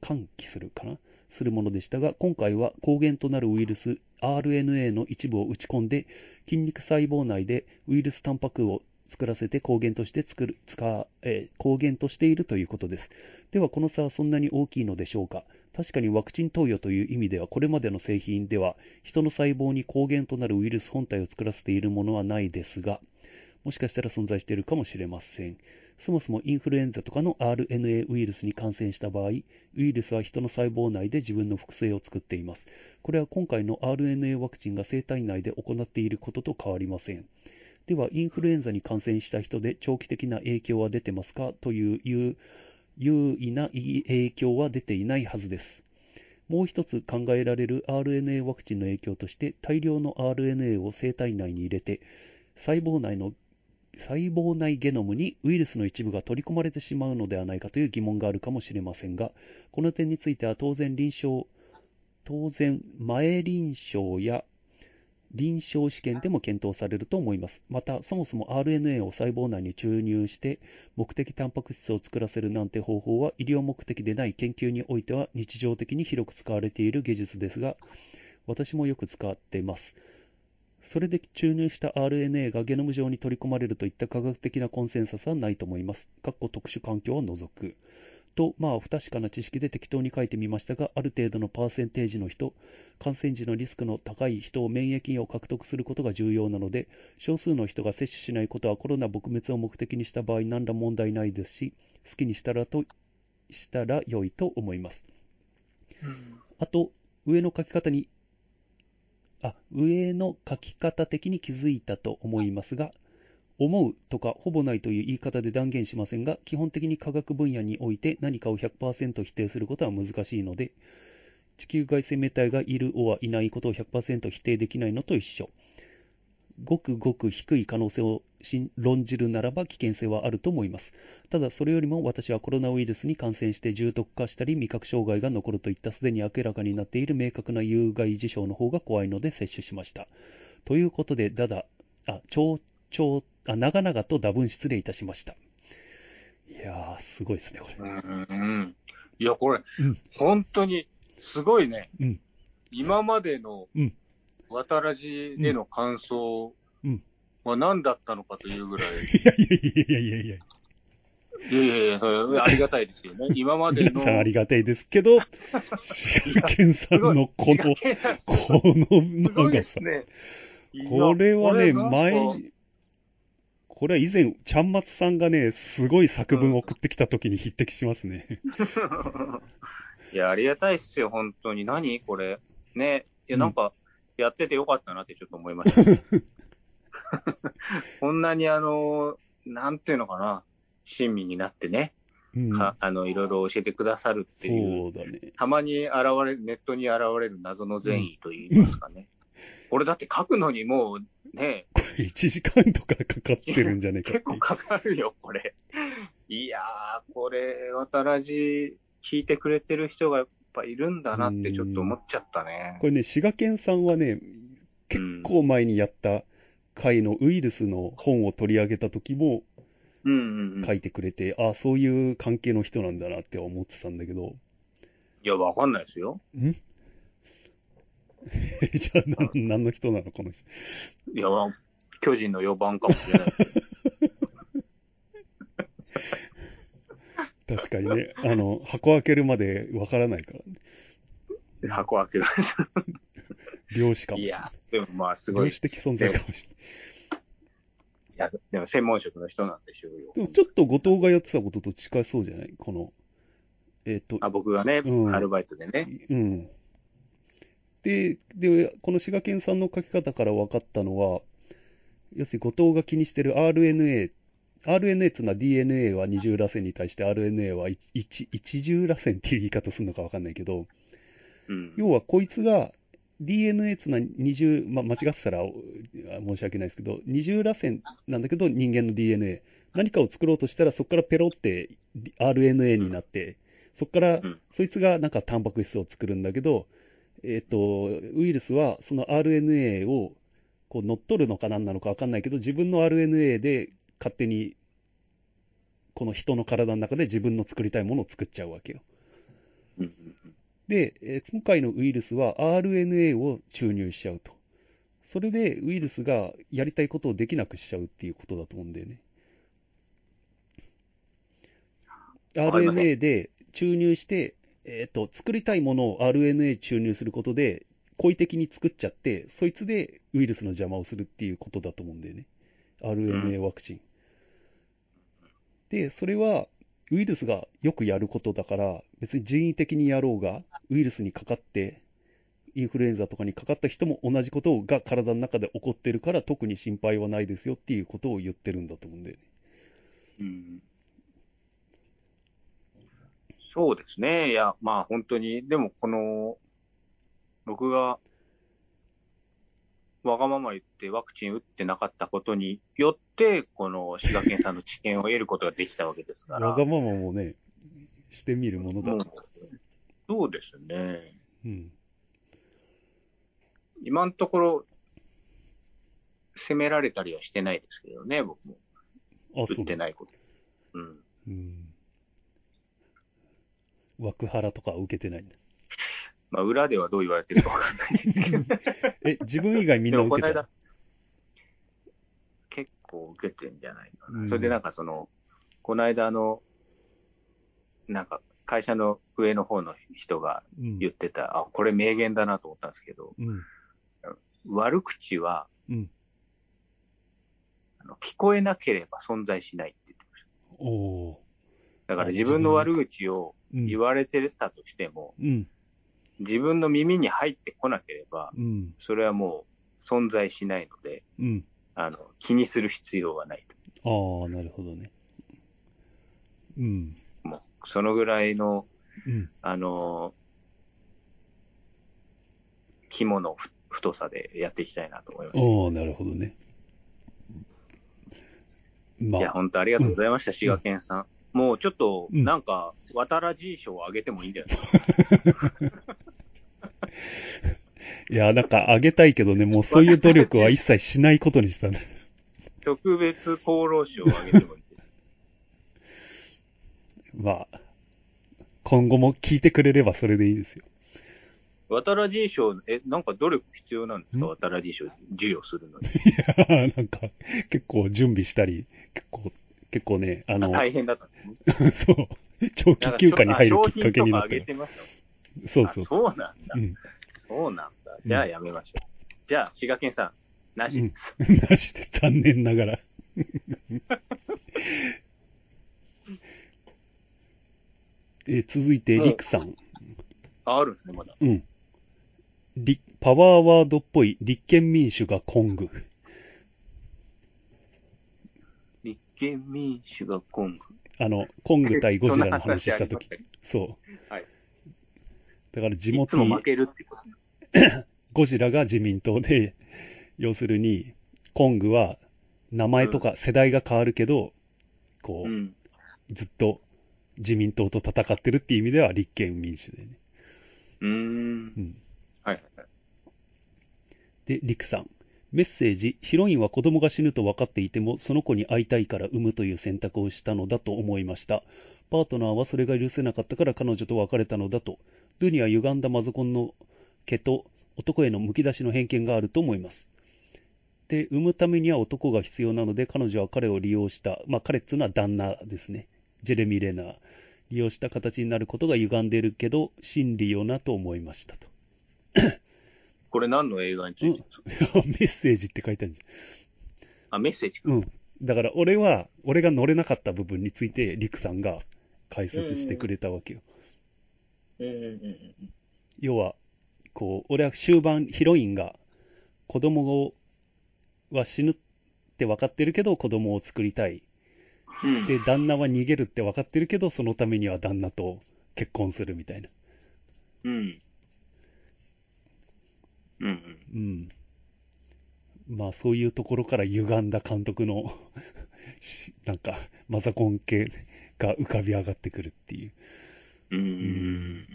S1: 喚起するかなするものでしたが、今回は抗原となるウイルス RNA の一部を打ち込んで、筋肉細胞内でウイルスタンパクを作らせて抗原として作る、使、えー抗原としているということです。では、この差はそんなに大きいのでしょうか確かにワクチン投与という意味では、これまでの製品では、人の細胞に抗原となるウイルス本体を作らせているものはないですが、もしかしたら存在しているかもしれません。そもそもインフルエンザとかの RNA ウイルスに感染した場合、ウイルスは人の細胞内で自分の複製を作っています。これは今回の RNA ワクチンが生体内で行っていることと変わりません。では、インフルエンザに感染した人で長期的な影響は出てますかという有有意な影響は出ていないはずです。もう一つ考えられる RNA ワクチンの影響として、大量の RNA を生体内に入れて、細胞内の細胞内ゲノムにウイルスの一部が取り込まれてしまうのではないかという疑問があるかもしれませんが、この点については当然臨床、当然前臨床や臨床試験でも検討されると思います。また、そもそも RNA を細胞内に注入して、目的タンパク質を作らせるなんて方法は医療目的でない研究においては日常的に広く使われている技術ですが、私もよく使っています。それで注入した RNA がゲノム上に取り込まれるといった科学的なコンセンサスはないと思います。かっこ特殊環境を除く。と、まあ、不確かな知識で適当に書いてみましたが、ある程度のパーセンテージの人、感染時のリスクの高い人を免疫を獲得することが重要なので、少数の人が接種しないことはコロナ撲滅を目的にした場合何ら問題ないですし、好きにしたらと、したら良いと思います。あと、上の書き方に、あ、上の書き方的に気づいたと思いますが、思うとかほぼないという言い方で断言しませんが、基本的に科学分野において何かを100%否定することは難しいので、地球外生命体がいるおはいないことを100%否定できないのと一緒。ごくごく低い可能性を信論じるならば危険性はあると思います。ただそれよりも私はコロナウイルスに感染して重篤化したり味覚障害が残るといったすでに明らかになっている明確な有害事象の方が怖いので接種しました。ということで、だだ、あ、長々、あ、長々と多分失礼いたしました。いやー、すごいですね、これ。
S4: うんうんいや、これ、
S1: うん
S4: 本当にすごいね。
S1: うん
S4: 今までの
S1: うん
S4: 渡らじでの感想
S1: うん
S4: は何だったのかというぐらい、
S1: いやいやいやいやいやいや、
S4: いやいやいや、それありがたいですよね。今まで
S1: 皆
S4: の。
S1: さんあり がたいですけど、シュウケンさんのこの、この
S4: すごい
S1: 長
S4: です。
S1: さ
S4: ね。
S1: これはね、
S4: いやこれなんか
S1: 前、これは以前、ちゃんまつさんがね、すごい作文を送ってきた時に匹敵しますね。
S2: いや、ありがたいっすよ、本当に。何これ。ね。いや、なんか、やっててよかったなってちょっと思いました、 こんなに、あの、なんていうのかな、親身になってね、
S1: うん、そ
S2: かあの、いろいろ教えてくださるっていう、
S1: うだね。
S2: たまに現れる、ネットに現れる謎の善意といいますか ね。これだって書くのにもう、ね、
S1: これ1時間とかかかってるんじゃねえかっ
S2: 結
S1: てい
S2: 構
S1: う。
S2: かかるよ、これ。いやー、これ、渡らじ、聞いてくれてる人がやっぱいるんだなってちょっと思っちゃったね
S1: こ。れね、滋賀県さんはね、結構前にやった回のウイルスの本を取り上げた時も
S4: うんうんう
S1: 書
S4: ん。い
S1: いてくれて、ああ、そういう関係の人なんだなって思ってたんだけど、
S2: いや、わかんないですよ。
S1: んじゃあ何、何の人なのこの人。
S2: いや、わ巨人の4番かもしれない。
S1: 確かにね、あの、箱開けるまでわからないから、
S2: 箱開ける。
S1: 漁師かもし
S2: い
S1: れな
S2: や、でもまあす
S1: い。
S2: ご
S1: 漁
S2: い。い
S1: 師的存在かもしれない。
S2: や、でも専門職の人なんでしょうよ。
S1: でもちょっと後藤がやってたことと近そうじゃないこの、えっ、と、
S2: あ僕がね、
S1: うん
S2: アルバイトでね。
S1: うん。で、で、この滋賀県さんの書き方から分かったのは、要するに後藤が気にしてる RNA、RNA っていうのは DNA は二重螺旋に対して RNA は一一一重螺旋っていう言い方するのか分かんないけど、
S2: うん。
S1: 要はこいつが DNA っていうのは二重、まあ、間違ってたらお申し訳ないですけど、二重螺旋なんだけど人間の DNA、何かを作ろうとしたらそこからペロって RNA になって、そこから
S2: うん
S1: そいつがなんかタンパク質を作るんだけど、えっ、と、ウイルスはその RNA をこう乗っ取るのかなんなのかわかんないけど、自分の RNA で勝手にこの人の体の中で自分の作りたいものを作っちゃうわけよ。
S2: うん
S1: で、えー今回のウイルスは RNA を注入しちゃうと。それでウイルスがやりたいことをできなくしちゃうっていうことだと思うんだよね。
S2: わかりません
S1: RNA で注入して、えっ、と、作りたいものを RNA 注入することで、故意的に作っちゃって、そいつでウイルスの邪魔をするっていうことだと思うんだよね。RNA ワクチン。で、それは、ウイルスがよくやることだから、別に人為的にやろうが、ウイルスにかかって、インフルエンザとかにかかった人も同じことが体の中で起こってるから、特に心配はないですよっていうことを言ってるんだと思うんだよね。
S4: うん。
S2: そうですね。いや、まあ本当に、でもこの、僕が、わがまま言ってワクチン打ってなかったことによって、この滋賀県さんの知見を得ることができたわけですか
S1: わ
S2: ら。
S1: がままもね、してみるものだ
S2: もう。そうですね。
S1: うん。
S2: 今のところ、責められたりはしてないですけどね、僕も。
S1: あ、そ
S2: 打っ
S1: う
S2: て
S1: だ。
S2: ないこと。うん。
S1: うん。枠腹とかは受けてないんだ。
S2: まあ、裏ではどう言われてるかわかんないですけど。
S1: え、自分以外みん
S2: で
S1: な
S2: もこ
S1: 受
S2: の
S1: け
S2: 間
S1: た。、
S2: 結構受けてんじゃないか
S1: うん
S2: な。それでなんかその、この間あの、なんか会社の上の方の人が
S1: うん。
S2: 言ってた、あ、これ名言だなと思ったんですけど、
S1: うん。
S2: 悪口は、
S1: うん
S2: あの聞こえなければ存在しないって言ってまし
S1: おお
S2: た。だか
S1: あ
S2: ら自分の
S1: 自分
S2: 悪口を
S1: ー。うん
S2: 言。われてたとしても、
S1: うん。
S2: 自分の耳に入ってこなければ、
S1: うん。
S2: それはもう存在しないので、
S1: うん。
S2: あの、気にする必要はないと。
S1: ああ、なるほどね。うん。
S2: もう、そのぐらいの
S1: うん。
S2: あのー、肝のふ太さでやっていきたいなと思いまし
S1: ああ、なるほどね。
S2: た。
S1: ま
S2: いや、
S1: あ、
S2: 本当ありがとうございました、滋賀県さん。もうちょっと、
S1: うん
S2: なんか、渡らじい賞をあげてもいいんじゃないですか。
S1: いや、なんかあげたいけどね、もうそういう努力は一切しないことにしたね。
S2: 特別厚労省をあげてもいいです。
S1: まあ、今後も聞いてくれればそれでいいですよ。
S2: 渡らじい賞、え、なんか努力必要なんですか
S1: ん
S2: 渡らじい賞授与するのに。
S1: なんか、結構準備したり、結構、結構ね、あの、
S2: 大変だったんですね。
S1: そう、長期休暇に入るきっかけに
S2: な
S1: な
S2: んか
S1: ったよ
S2: ちょっと商品とかあげてましたもん
S1: そうそう
S2: あ
S1: そう。
S2: そうなんだ。
S1: うん。
S2: そうなんだ。じゃあやめましょう。じゃあ、滋賀県さん、なしです。
S1: なしで残念ながら。 えー続いて、リクさん。
S2: あ、あるんですね、まだ。
S1: うん。りパワーワードっぽい立憲民主がコング。
S2: 立憲民主が今後。
S1: あの、コング対ゴジラの話したとき。そう。
S2: はい
S1: だから地
S2: いつ
S1: 元
S2: も負けるってこと。
S1: ゴジラが自民党で、要するに、コングは名前とか世代が変わるけど、こう、
S2: ん。
S1: ずっと自民党と戦ってるっていう意味では立憲民主でね。
S2: うーん。
S1: うん。
S2: はいはいはい。
S1: で、リクさん。メッセージ、ヒロインは子供が死ぬと分かっていても、その子に会いたいから産むという選択をしたのだと思いました。パートナーはそれが許せなかったから彼女と別れたのだと。ドゥには歪んだマゾコンの毛と男へのむき出しの偏見があると思います。で、産むためには男が必要なので、彼女は彼を利用した、まあ彼っつうのは旦那ですね。ジェレミー・レナー。利用した形になることが歪んでいるけど、真理よなと思いましたと。
S2: これ何の映画についてです
S1: メ
S2: か、
S1: ッセージって書いてあるじ
S2: あ、メッセージ
S1: ゃん。うん。だから俺は、俺が乗れなかった部分について、リクさんが解説してくれたわけよ。
S2: うんうんうん。
S1: 要は、こう、俺は終盤、ヒロインが、子供を、は死ぬって分かってるけど、子供を作りたい。
S2: うん
S1: で、旦那は逃げるって分かってるけど、そのためには旦那と結婚するみたいな。
S2: うん。うんうん。
S1: うん。まあ、そういうところから歪んだ監督の し、なんか、マザコン系が浮かび上がってくるっていう。
S2: うんうん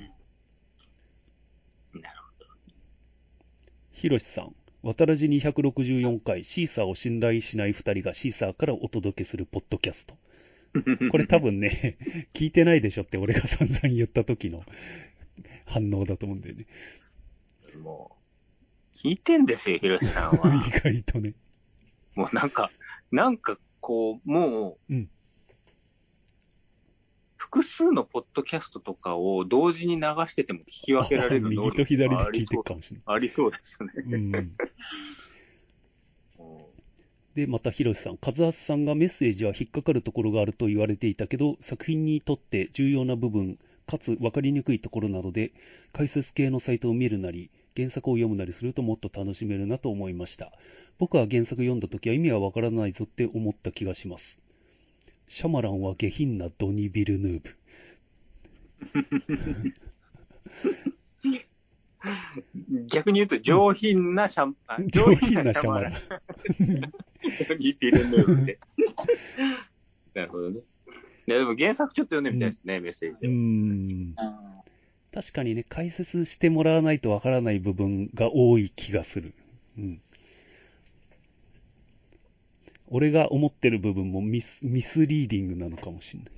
S1: ひろしさん、渡らじ264回、シーサーを信頼しない2人がシーサーからお届けするポッドキャスト。
S2: うん。
S1: これ多分ね、 聞いてないでしょって俺が散々言った時の反応だと思うんだよね。
S2: もう、聞いてんですよ、ひろしさんは。
S1: 意外とね。
S2: もうなんか、なんかこう、もう、
S1: うん
S2: 複数のポッドキャストとかを同時に流してても聞き分けられる能
S1: 右
S2: 力
S1: と左で
S2: があ
S1: 聞
S2: り
S1: いて
S2: そ
S1: る
S2: う
S1: かもしれ
S2: ありそうですね。
S1: ない。うん。
S2: うん
S1: で、また、ひろしさん、和橋さんがメッセージは引っかかるところがあると言われていたけど、作品にとって重要な部分、かつ分かりにくいところなので、解説系のサイトを見るなり、原作を読むなりするともっと楽しめるなと思いました。僕は原作読んだ時は意味はわからないぞって思った気がします。シャマランは下品なドニ・ビルヌーブ。
S2: 逆に言うと、上品なシャン、あ
S1: 上品なシャマラン。。
S2: ニピルヌ ーブで。 なるほどね。いや、でも原作ちょっと読んでみたいですね、メッセージ
S1: う
S2: で
S1: ー
S2: は。
S1: ん。確かにね、解説してもらわないとわからない部分が多い気がする。うん。俺が思ってる部分もミスミスリーディングなのかもしれない。っ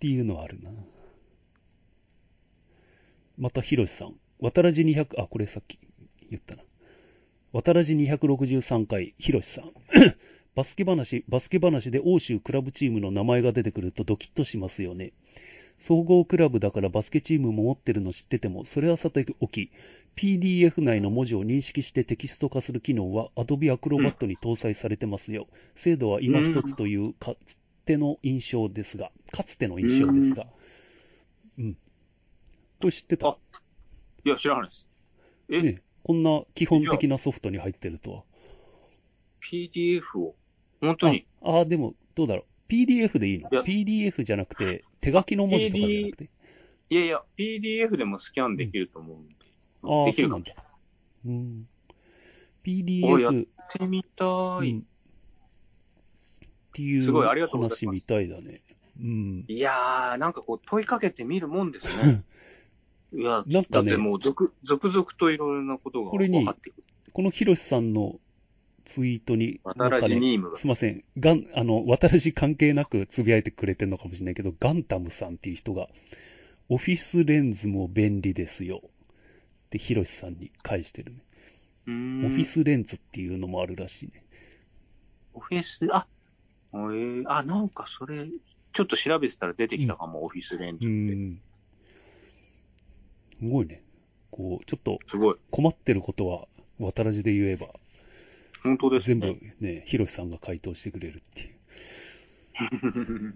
S1: ていうのはあるな。また、ひろしさん。渡らじ200、あ、これさっき言ったな。渡らじ263回、ひろしさん。 バスケ話、バスケ話で欧州クラブチームの名前が出てくるとドキッとしますよね。総合クラブだからバスケチームも持ってるの知ってても、それはさておき、PDF 内の文字を認識してテキスト化する機能は Adobe Acrobat に搭載されてますよ。精度は今一つというかつての印象ですが、かつての印象ですが。うん。これ知ってた
S2: あいや、知らないです。え、
S1: ねこんな基本的なソフトに入ってるとは。
S2: PDF を、本当に、
S1: ああー、でも、どうだろう。PDF でいいの
S2: いや
S1: ?PDF じゃなくて、手書きの文字とかじゃなくて。
S2: いやいや、PDF でもスキャンできると思うんで。
S1: ああ、
S2: でき
S1: そう
S2: る
S1: な
S2: か
S1: ん
S2: も。
S1: だ
S2: や。
S1: うん。
S2: おや
S1: PDF、
S2: ってみた
S1: う
S2: い。
S1: んってい
S2: す
S1: う
S2: ごいありがとうございます
S1: 話みたいだね。うん。
S2: いやー、なんかこう問いかけてみるもんですね。い
S1: なん
S2: や、だ
S1: か
S2: っ
S1: ね
S2: てもう続、続々といろいろなことが
S1: これに
S2: 分かってくる。
S1: このヒロシさんのツイートに、
S2: ま
S1: な
S2: た
S1: ん
S2: ラ
S1: か
S2: ジ
S1: ね、
S2: ニームが
S1: す。いません、ガン、あの、私関係なくつぶやいてくれてるのかもしれないけど、ガンタムさんっていう人が、オフィスレンズも便利ですよ。ってヒロシさんに返してるね。
S2: うー
S1: オフィ
S2: ん
S1: スレンズっていうのもあるらしいね。
S2: オフィス、あ、えー、あ、なんかそれ、ちょっと調べてたら出てきたかも、オフィスレンズ
S1: う
S2: って。
S1: ん。すごいね。こう、ちょっと
S2: すごい。
S1: 困ってることは、渡らじで言えば、
S2: 本当です
S1: 全
S2: ね。
S1: 部ね、ヒロシさんが回答してくれるっていう。
S2: 部。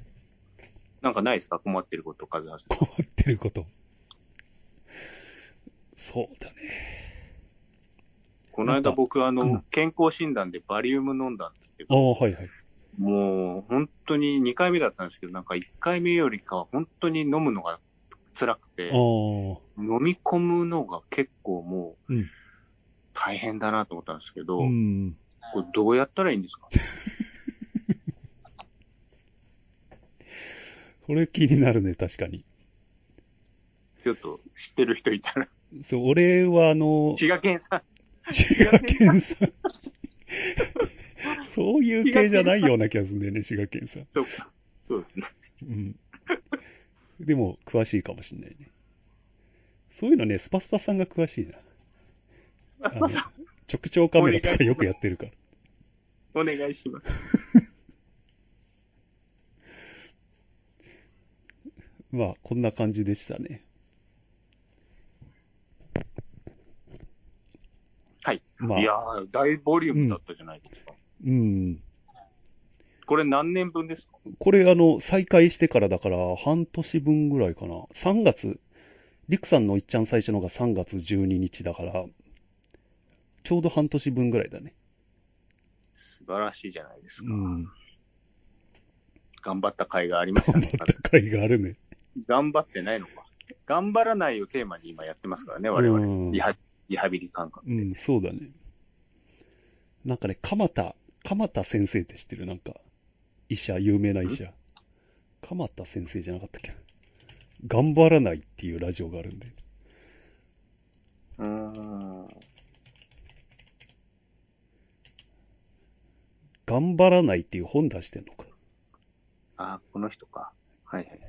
S2: なんかないですか困ってること、カズハさん。
S1: 困ってること。そうだね。
S2: この間僕、あの、
S1: うん
S2: 健康診断でバリウム飲んだんですけ
S1: あ
S2: ど、
S1: あ、はいはい。
S2: もう本当に2回目だったんですけど、なんか1回目よりかは本当に飲むのが辛くて
S1: あ、あ、
S2: 飲み込むのが結構もう
S1: うん、
S2: 大変だなと思ったんですけど、
S1: うん。
S2: これどうやったらいいんですか
S1: これ気になるね、確かに。
S2: ちょっと知ってる人いたら
S1: そう、俺はあの、
S2: 滋賀県産。
S1: 滋賀県産。そういう系じゃないような気がするんだよね、滋賀県産。
S2: そうか。そうですね。
S1: うん。でも、詳しいかもしれないね。そういうのね、スパスパさんが詳しいな。あの直腸カメラとかよくやってるから。
S2: お願いします。
S1: まあ、こんな感じでしたね。
S2: はい。
S1: ま
S2: いや
S1: あ、
S2: ー、大ボリュームだったじゃないですか。
S1: うん。
S2: これ何年分ですか
S1: これ、あの、再開してからだから、半年分ぐらいかな。3月、りくさんのいっちゃん最初のが3月12日だから、ちょうど半年分ぐらいだね。
S2: 素晴らしいじゃないですか。
S1: うん。
S2: 頑張った甲斐がありました
S1: 頑張
S2: ね
S1: っ。た甲斐があるね。
S2: 頑張ってないのか。頑張らないをテーマに今やってますからね、我々。
S1: うん
S2: リ。ハリハビリ感覚。
S1: うん、そうだね。なんかね、鎌田、鎌田先生って知ってるなんか、医者、有名な医者。鎌田先生じゃなかったっけな頑張らないっていうラジオがあるんで。
S2: うーん。
S1: 頑張らないっていう本出してんのか。
S2: あ、この人か。はいはい。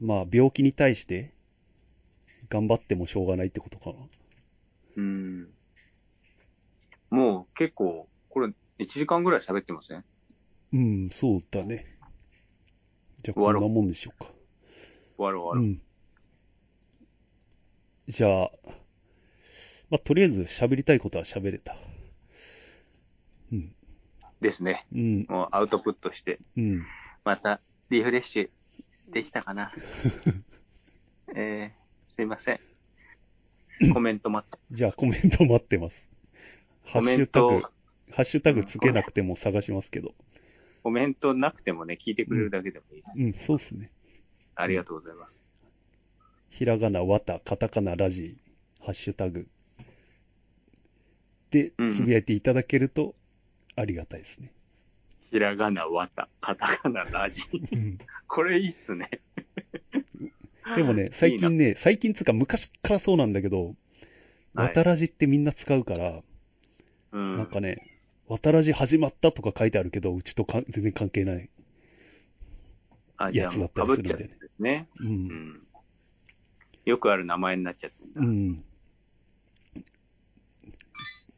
S1: まあ、病気に対して、頑張ってもしょうがないってことかな。
S2: うん。もう結構、これ1時間ぐらい喋ってません
S1: うん、そうだね。じゃあ、
S2: 終
S1: こ
S2: わ
S1: ん
S2: ろう
S1: なもんでしょうか。
S2: 終わる
S1: う
S2: 終わる。
S1: ん。じゃあ、まあ、とりあえず喋りたいことは喋れた。うん。
S2: ですね。
S1: うん、
S2: もうアウトプットして。
S1: うん。
S2: またリフレッシュできた かな。えー、すいません。コメント待って。
S1: じゃあ、コメント待ってます。ハ
S2: コ
S1: ッ
S2: メ
S1: シュ
S2: ン
S1: タ
S2: ト
S1: グ、ハッシュタグつけなくても探しますけど。
S2: コメントなくてもね、聞いてくれるだけでもいいです。
S1: うん、そうっすね。
S2: ありがとうございます。
S1: ひらがな、わた、カタカナ、ラジ、ハッシュタグ。で
S2: うん、
S1: つぶやいていただけると、ありがたいですね。
S2: ひらがな、わた、カタカナ、ラジ。
S1: うん
S2: これいいっすね。
S1: でもね、最近ね、最近つうか昔からそうなんだけど、
S2: はい
S1: わたらじってみんな使うから、
S2: う
S1: なん
S2: ん。
S1: かね、わたらじ始まったとか書いてあるけど、うちとか全然関係ない。
S2: あ、じゃあもうかぶっちゃってるんですね。
S1: う。
S2: うんん。よくある名前になっちゃってんだ。
S1: うん。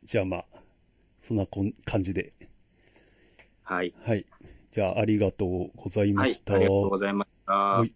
S1: じゃあまあ、そんなこん感じで。
S2: はい。
S1: はい。じゃあ、ありがとうござい
S2: は
S1: ま
S2: い
S1: し。た。
S2: ありがとうございました。
S1: はい